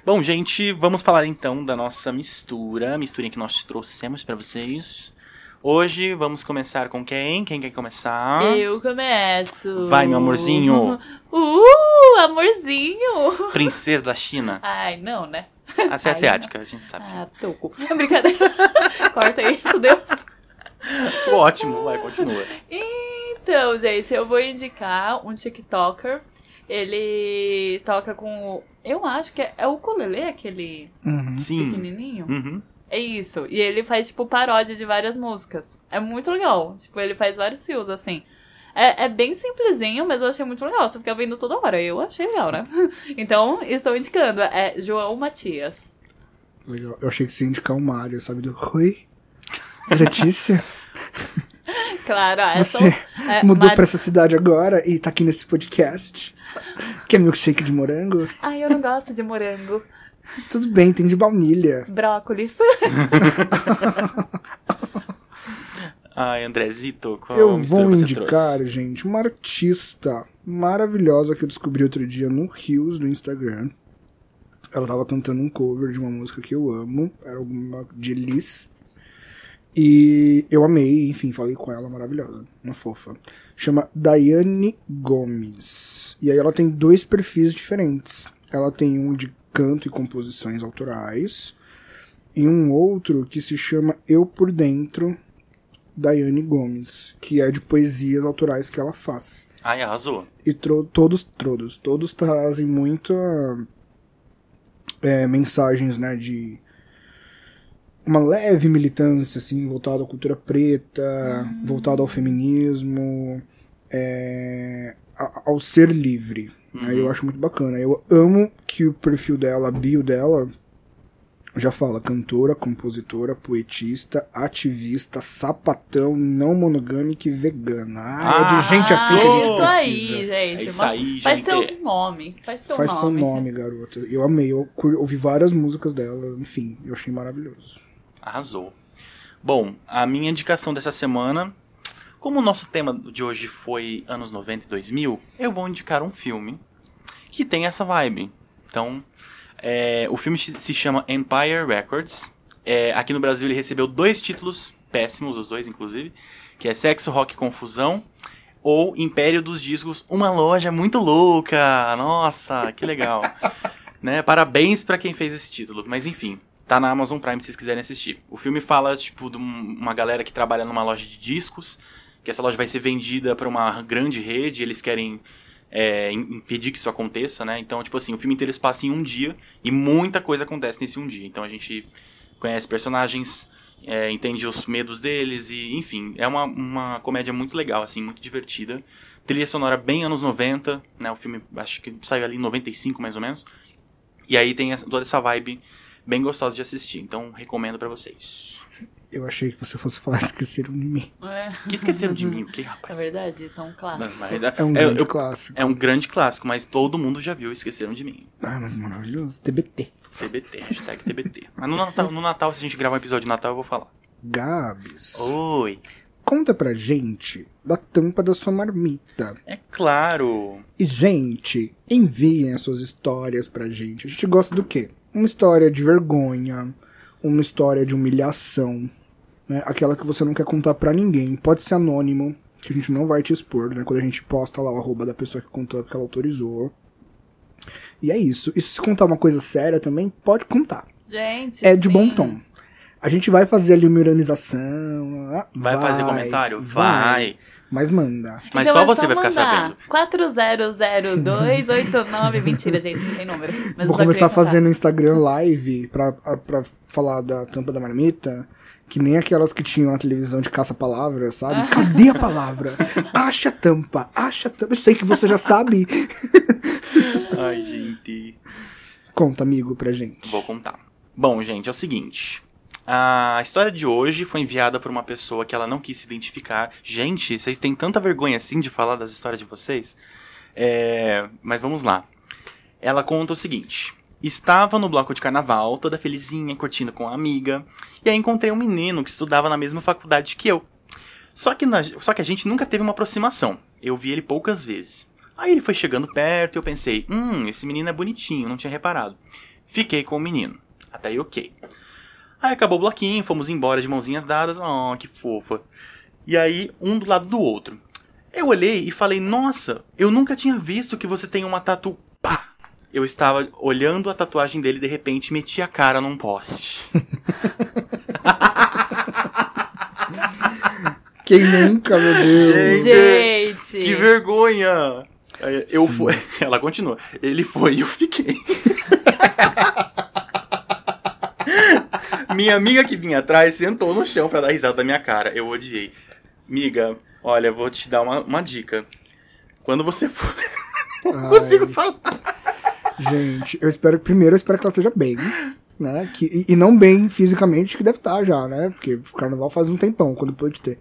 S4: Bom, gente, vamos falar então da nossa mistura, misturinha que nós trouxemos pra vocês. Hoje vamos começar com quem? Quem quer começar?
S1: Eu começo.
S4: Vai, meu amorzinho.
S1: Uh, amorzinho.
S4: Princesa da China.
S1: Ai, não, né?
S4: A ser asiática, a gente sabe.
S1: Ah, toco. Brincadeira. Corta isso, Deus.
S4: Ficou Ótimo, vai, continua.
S1: Então, gente, eu vou indicar um TikToker. Ele toca com. o- Eu acho que é, é o ukulele, aquele
S2: Uhum.
S4: Sim.
S1: pequenininho.
S4: Uhum.
S1: É isso. E ele faz, tipo, paródia de várias músicas. É muito legal. Tipo, ele faz vários fios, assim. É, é bem simplesinho, mas eu achei muito legal. Você fica vendo toda hora. Eu achei legal, né? Então, estou indicando. É João Matias.
S2: Legal. Eu achei que você ia indicar o Mário, sabe? Do Oi. Letícia,
S1: Claro, ah, é só-
S2: você
S1: é,
S2: mudou
S1: Mari-
S2: pra essa cidade agora e tá aqui nesse podcast. Quer milkshake de morango?
S1: Ai, eu não gosto de morango.
S2: Tudo bem, tem de baunilha.
S1: Brócolis.
S4: Ai, Andrezito, qual
S2: eu
S4: mistura
S2: vou
S4: você
S2: indicar,
S4: trouxe?
S2: gente, uma artista maravilhosa que eu descobri outro dia no Rios do Instagram. Ela tava cantando um cover de uma música que eu amo, era alguma de Liz. E eu amei, enfim, falei com ela, maravilhosa, uma fofa. Chama Daiane Gomes. E aí ela tem dois perfis diferentes. Ela tem um de canto e composições autorais, e um outro que se chama Eu por Dentro, Daiane Gomes, que é de poesias autorais que ela faz.
S4: Ai, arrasou.
S2: E tro- todos, todos, todos trazem muita é, mensagens, né, de uma leve militância, assim, voltada à cultura preta, voltada ao feminismo, é, a- ao ser livre. né?
S1: Uhum.
S2: Eu acho muito bacana. Eu amo que o perfil dela, a bio dela, já fala cantora, compositora, poetista, ativista, sapatão, não monogâmica e vegana. Ah, é de gente assim que a gente
S1: isso
S2: precisa.
S1: aí, gente.
S4: É isso
S1: Mas
S4: aí,
S1: Faz
S4: gente.
S1: seu nome. Faz seu
S2: Faz
S1: nome.
S2: seu nome, garota. Eu amei, eu cur- ouvi várias músicas dela, enfim, eu achei maravilhoso.
S4: Arrasou. Bom, a minha indicação dessa semana, como o nosso tema de hoje foi anos 90 e 2000, eu vou indicar um filme que tem essa vibe. Então, é, o filme se chama Empire Records. É, aqui no Brasil ele recebeu dois títulos péssimos, os dois inclusive, que é Sexo, Rock e Confusão ou Império dos Discos, uma loja muito louca. Nossa, que legal. né? Parabéns pra quem fez esse título. Mas enfim, tá na Amazon Prime se vocês quiserem assistir. O filme fala, tipo, de um- uma galera que trabalha numa loja de discos, que essa loja vai ser vendida pra uma grande rede, eles querem é, im- impedir que isso aconteça, né? Então, tipo assim, o filme inteiro se passa em um dia e muita coisa acontece nesse um dia. Então a gente conhece personagens, é, entende os medos deles e, enfim, é uma, uma comédia muito legal, assim, muito divertida. Trilha sonora bem anos 90, né? O filme acho que saiu ali em 95 mais ou menos. E aí tem essa- toda essa vibe bem gostosa de assistir. Então recomendo pra vocês.
S2: Eu achei que você fosse falar esqueceram de mim.
S1: É,
S4: Que esqueceram de mim, o que,
S1: é
S4: rapaz?
S1: verdade, isso é um clássico.
S4: Mas é,
S2: É um
S4: é-
S2: grande
S4: eu-
S2: clássico.
S4: é um grande clássico, mas todo mundo já viu Esqueceram de Mim.
S2: Ah, mas maravilhoso. TBT.
S4: TBT, hashtag TBT. Mas no Natal, no Natal, se a gente gravar um episódio de Natal, eu vou falar.
S2: Gabs,
S4: Oi,
S2: conta pra gente da tampa da sua marmita.
S4: é claro.
S2: E, gente, enviem as suas histórias pra gente. A gente gosta do quê? Uma história de vergonha, uma história de humilhação, né? Aquela que você não quer contar pra ninguém. Pode ser anônimo, que a gente não vai te expor, né? Quando a gente posta lá o arroba da pessoa que contou, que ela autorizou. E é isso. E se contar uma coisa séria também, pode contar.
S1: Gente,
S2: É de
S1: sim.
S2: bom tom. A gente vai fazer ali uma ironização. ah,
S4: Vai, fazer comentário? Vai.
S2: Mas manda.
S4: Mas
S1: Então
S4: só
S1: é
S4: você vai ficar sabendo.
S1: 400289. Mentira, gente, não tem número. Mas eu
S2: Vou
S1: só
S2: começar
S1: queria contar.
S2: fazendo Instagram live pra, a- pra falar da tampa da marmita, que nem aquelas que tinham na televisão de caça-palavra, sabe? Cadê a palavra? Acha a tampa, acha a tampa. Eu sei que você já sabe.
S4: Ai, gente.
S2: Conta, amigo, pra gente.
S4: Vou contar. Bom, gente, é o seguinte. A história de hoje foi enviada por uma pessoa que ela não quis se identificar. Gente, vocês têm tanta vergonha assim de falar das histórias de vocês? É, mas vamos lá. Ela conta o seguinte. Estava no bloco de carnaval, toda felizinha, curtindo com a amiga, e aí encontrei um menino que estudava na mesma faculdade que eu. Só que, na- só que a gente nunca teve uma aproximação. Eu vi ele poucas vezes. Aí ele foi chegando perto e eu pensei, hum, esse menino é bonitinho, não tinha reparado. Fiquei com o menino. Até aí, ok. Aí acabou o bloquinho, fomos embora de mãozinhas dadas. Oh, que fofa. E aí, um do lado do outro. Eu olhei e falei, nossa, eu nunca tinha visto que você tem uma tatu. Pá! Eu estava olhando a tatuagem dele e de repente meti a cara num poste.
S2: Quem nunca, meu Deus?
S4: Gente.
S1: Gente!
S4: Que vergonha! Aí, Eu fui. Ela continua. Ele foi e eu fiquei. minha amiga que vinha atrás sentou no chão pra dar risada da minha cara. Eu odiei. Miga, olha, vou te dar uma, uma dica. Quando você for.
S2: Ai,
S4: Não consigo falar.
S2: Gente, eu espero primeiro eu espero que ela esteja bem. Né? Que, e- e, não bem fisicamente, que deve estar já, né? Porque o carnaval faz um tempão, quando pôde ter.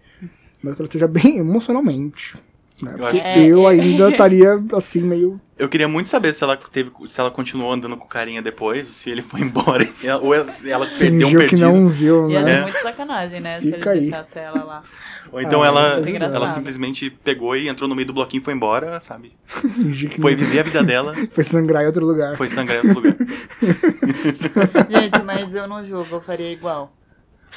S2: Mas que ela esteja bem emocionalmente. Né?
S4: Eu
S2: Porque
S4: acho
S1: que-
S2: eu
S1: É, é.
S2: ainda estaria assim, meio
S4: Eu queria muito saber se ela teve, se ela continuou andando com carinha depois, se ele foi embora ou ela, se ela se perdeu um
S2: fingiu que
S4: perdido.
S2: não viu,
S1: Ia
S2: né?
S1: ser é muito sacanagem, né? se ele
S2: Fica aí.
S1: deixasse ela lá.
S4: Ou então
S2: Ah,
S4: ela,
S1: muito engraçado.
S4: ela simplesmente pegou e entrou no meio do bloquinho e foi embora, sabe?
S1: É.
S2: Fingir que
S4: Foi
S2: não-
S4: viver a vida dela.
S2: foi sangrar em outro lugar.
S4: Foi sangrar em outro lugar.
S5: Gente, mas eu não julgo, eu faria igual.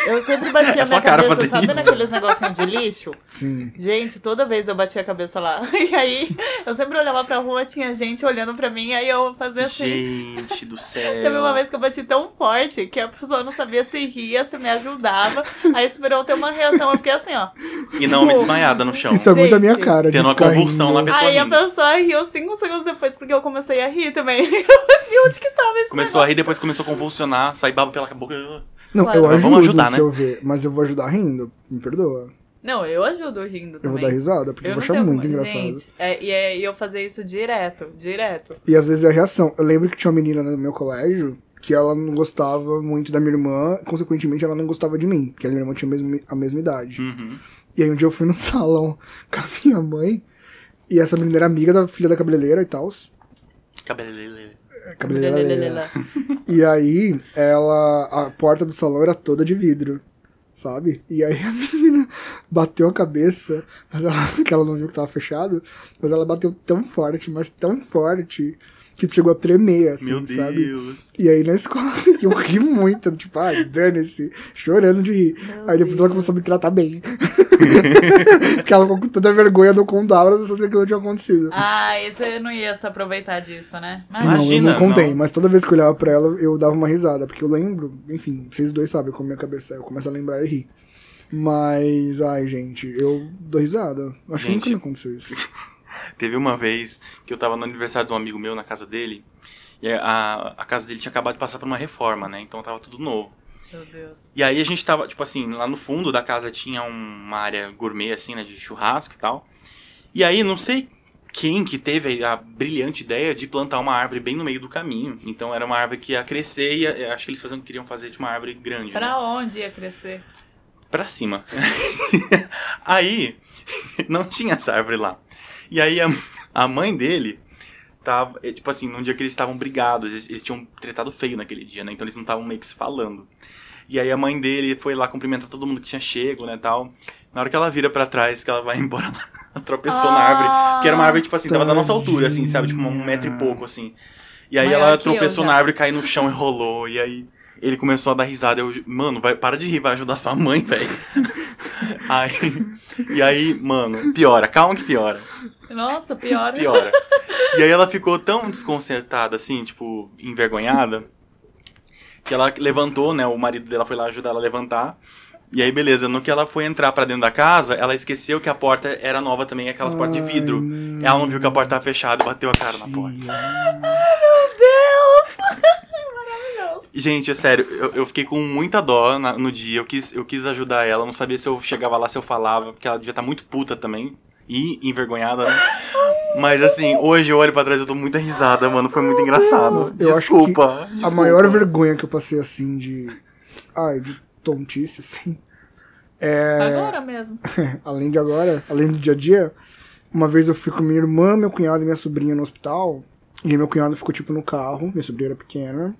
S5: Eu sempre batia
S4: É
S5: a
S4: sua
S5: minha
S4: cara
S5: cabeça,
S4: fazer
S5: sabe
S4: isso.
S5: naqueles negocinhos de lixo?
S2: Sim.
S5: Gente, toda vez eu batia a cabeça lá. E aí, eu sempre olhava pra rua, tinha gente olhando pra mim, aí eu fazia assim.
S4: Gente do céu.
S5: Teve uma vez que eu bati tão forte que a pessoa não sabia se ria, se me ajudava. Aí esperou eu ter uma reação. Eu fiquei assim, ó.
S4: E não me desmaiada no chão.
S2: Isso é muito a minha
S5: Gente,
S2: cara. de
S4: tendo uma
S2: ficar
S4: convulsão
S2: rindo.
S4: lá Pessoa
S5: aí
S4: rindo.
S5: a pessoa riu cinco segundos depois, porque eu comecei a rir também. Eu vi onde que tava esse
S4: Começou a rir, depois começou a convulsionar, sair babo pela boca.
S2: Não,
S1: Claro.
S2: eu
S4: Mas
S2: ajudo
S4: vamos ajudar,
S2: se
S4: né?
S2: eu ver, mas eu vou ajudar rindo. Me perdoa.
S1: Não, eu ajudo rindo
S2: Eu
S1: também.
S2: vou dar risada, porque eu,
S1: não
S2: vou achar
S1: tenho-
S2: muito engraçado.
S1: Gente, é, e é- e eu fazia isso direto, direto.
S2: E às vezes é a reação. Eu lembro que tinha uma menina no meu colégio que ela não gostava muito da minha irmã, consequentemente ela não gostava de mim, porque a minha irmã tinha a mesma, a mesma idade.
S4: Uhum.
S2: E aí um dia eu fui no salão com a minha mãe, e essa menina era amiga da filha da cabeleireira e tal. É,
S4: Cabelelele.
S2: Cabeleireira. E aí, ela. A porta do salão era toda de vidro, sabe? E aí a menina bateu a cabeça, mas ela, que ela não viu que tava fechado, mas ela bateu tão forte, mas tão forte, que chegou a tremer, assim,
S4: Meu
S2: sabe?
S4: Deus.
S2: E aí na escola eu ri muito, tipo, ai, dane-se, chorando de rir. aí depois ela começou a me tratar bem. Porque ela ficou com toda a vergonha do contava pra pessoa que aquilo tinha acontecido.
S1: Ah, e você não ia se aproveitar disso, né? Mas-
S2: Não, eu
S4: Imagina,
S2: não contei,
S4: não.
S2: mas toda vez que eu olhava pra ela, eu dava uma risada, porque eu lembro, enfim, vocês dois sabem como minha cabeça é, eu começo a lembrar e rir. Mas, ai, gente, eu dou risada. Acho
S4: Gente.
S2: que nunca me aconteceu isso.
S4: Teve uma vez que eu tava no aniversário de um amigo meu na casa dele. E a, a casa dele tinha acabado de passar por uma reforma, né? Então tava tudo novo.
S1: Meu Deus.
S4: E aí a gente tava, tipo assim, lá no fundo da casa tinha um- uma área gourmet, assim, né, de churrasco e tal. E aí, não sei quem que teve a brilhante ideia de plantar uma árvore bem no meio do caminho. Então era uma árvore que ia crescer e eh, acho que eles faziam, queriam fazer de uma árvore grande. né?
S1: Pra onde ia crescer?
S4: pra cima. aí, não tinha essa árvore lá. E aí, a, a mãe dele tava, é, tipo assim, num dia que eles estavam brigados, eles, eles tinham tretado feio naquele dia, né? Então eles não estavam meio que se falando. E aí a mãe dele foi lá cumprimentar todo mundo que tinha chego, né, tal. Na hora que ela vira pra trás, que ela vai embora, ela tropeçou na árvore. Que era uma árvore, tipo assim, tava da nossa altura, assim, sabe? Tipo, um metro e pouco, assim. E aí
S1: Maior
S4: ela
S1: que eu
S4: tropeçou
S1: já.
S4: na árvore, caiu no chão e rolou. E aí ele começou a dar risada. Eu, mano, vai, para de rir, vai ajudar sua mãe, velho. aí, e aí, mano, piora, calma que piora,
S1: Nossa, pior.
S4: piora. E aí ela ficou tão desconcertada, assim, tipo, envergonhada, que ela levantou, né? O marido dela foi lá ajudar ela a levantar. E aí, beleza, no que ela foi entrar pra dentro da casa, ela esqueceu que a porta era nova também, aquelas portas de
S2: Ai,
S4: vidro.
S2: não.
S4: Ela não viu que a porta tava fechada e bateu a cara na porta. Gente, é sério, eu, eu fiquei com muita dó na- no dia. Eu quis, eu quis ajudar ela, eu não sabia se eu chegava lá, se eu falava, porque ela devia estar muito puta também. E envergonhada, né? Mas assim, hoje eu olho pra trás e eu dou muita risada, mano. Foi muito engraçado.
S2: Eu acho
S4: Desculpa.
S2: A
S4: desculpa.
S2: maior vergonha que eu passei, assim, de. Ai, de tontice, assim. É.
S1: Agora mesmo.
S2: além de agora, além do dia a dia, uma vez eu fui com minha irmã, meu cunhado e minha sobrinha no hospital. E aí meu cunhado ficou, tipo, no carro. Minha sobrinha era pequena.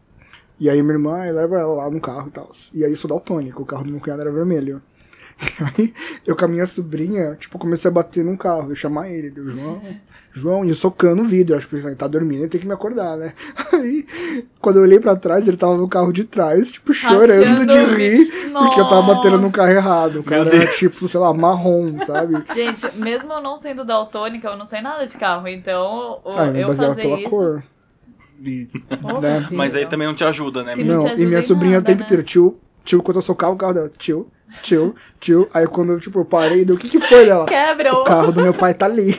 S2: E aí minha irmã aí leva ela lá no carro e tal. E aí eu sou daltônico, o carro do meu cunhado era vermelho. E aí eu com a minha sobrinha, tipo, comecei a bater num carro. Eu chamar ele, deu João, João, e eu socando o vidro. Acho que ele tá dormindo, ele tem que me acordar, né? Aí, quando eu olhei pra trás, ele tava no carro de trás, tipo, chorando de
S1: Rachando o
S2: rir.
S1: vidro.
S2: Porque eu tava batendo no
S1: Nossa.
S2: um carro errado. O cara era,
S4: Deus.
S2: tipo, sei lá, marrom, sabe?
S1: Gente, mesmo eu não sendo daltônica, eu não sei nada de carro. Então, o-
S2: Ah, eu me
S1: eu
S2: baseava
S1: fazer
S2: pela
S1: isso.
S2: cor. E,
S1: Nossa,
S2: né?
S1: filho.
S4: Mas aí também não te ajuda, né?
S1: Que
S4: menino?
S1: não te
S2: Não, e
S1: ajuda em
S2: minha sobrinha o
S1: nada,
S2: tempo
S1: né?
S2: inteiro, tio, tio, quando eu socava o carro dela, tio, tio, tio. Aí quando eu, tipo, eu parei, deu o que que foi dela?
S1: Quebra
S2: O
S1: o.
S2: carro do meu pai tá ali.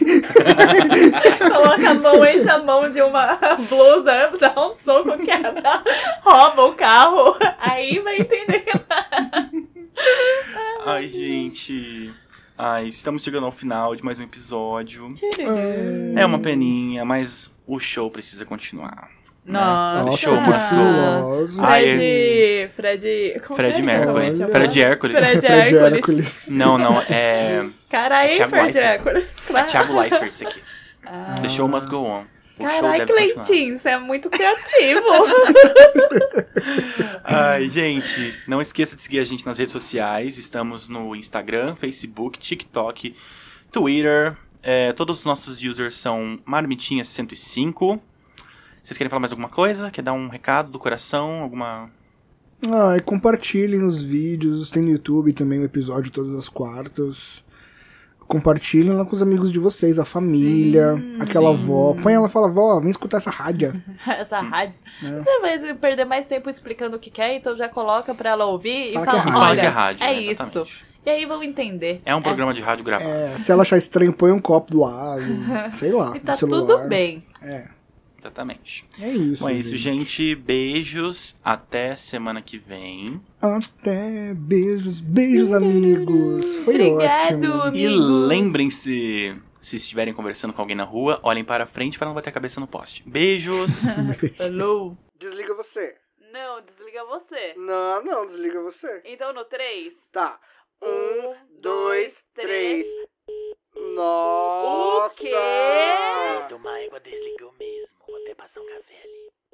S1: Coloca a mão, enche a mão de uma blusa, dá um soco, quebra, rouba o carro. Aí vai entender. é
S4: Ai, gente. Ai, estamos chegando ao final de mais um episódio. É uma peninha, mas o show precisa continuar.
S1: Nossa,
S2: Nossa,
S4: show,
S2: que estiloso.
S1: Fred. Fred. como é
S4: Fred
S1: que
S4: Mercury.
S1: realmente
S4: Fred Hércules.
S1: Fred
S2: Fred
S1: Hércules.
S2: Hércules.
S4: Não, não, é.
S1: Cara,
S4: É
S1: aí,
S4: Thiago
S1: Fred
S4: Leifert.
S1: Hércules. Claro.
S4: É Thiago Leifert, isso aqui.
S1: Ah.
S4: The show must go on. O show
S1: Caralho,
S4: deve
S1: Cleitinho, você é muito criativo.
S4: continuar. Ai, gente, não esqueça de seguir a gente nas redes sociais. Estamos no Instagram, Facebook, TikTok, Twitter. É, todos os nossos users são Marmitinha105. Vocês querem falar mais alguma coisa? Quer dar um recado do coração? Alguma
S2: Ah, e compartilhem os vídeos. Tem no YouTube também o episódio todas as quartas. Compartilhem lá com os amigos de vocês, a família, aquela avó. Põe ela e fala, vó, vem escutar essa rádio.
S1: Essa
S2: Hum.
S1: rádio.
S2: É.
S1: Você vai perder mais tempo explicando o que quer, então já coloca pra ela ouvir e
S2: Fala que é
S1: fala,
S2: rádio.
S1: olha,
S4: Fala que é rádio, né?
S1: isso.
S4: Exatamente.
S1: E aí vão entender.
S4: É um programa de rádio gravado.
S2: É, se ela achar estranho, põe um copo do lado. sei lá,
S1: E tá
S2: É no celular.
S1: tudo bem.
S2: É,
S4: Exatamente.
S2: é isso.
S4: Bom, é isso, gente. Beijos. Até semana que vem.
S2: Até beijos, beijos, amigos. Foi
S1: Obrigado,
S2: ótimo.
S1: amigos.
S4: E lembrem-se, se estiverem conversando com alguém na rua, olhem para frente para não bater a cabeça no poste. Beijos.
S1: Alô?
S2: Desliga você.
S1: Não, desliga você.
S2: Não, não, desliga você.
S1: Então no 3.
S2: Tá.
S1: Um, dois, três.
S2: Nossa!
S1: O quê?
S3: Tomar água desligou mesmo. Vou até passar um café ali.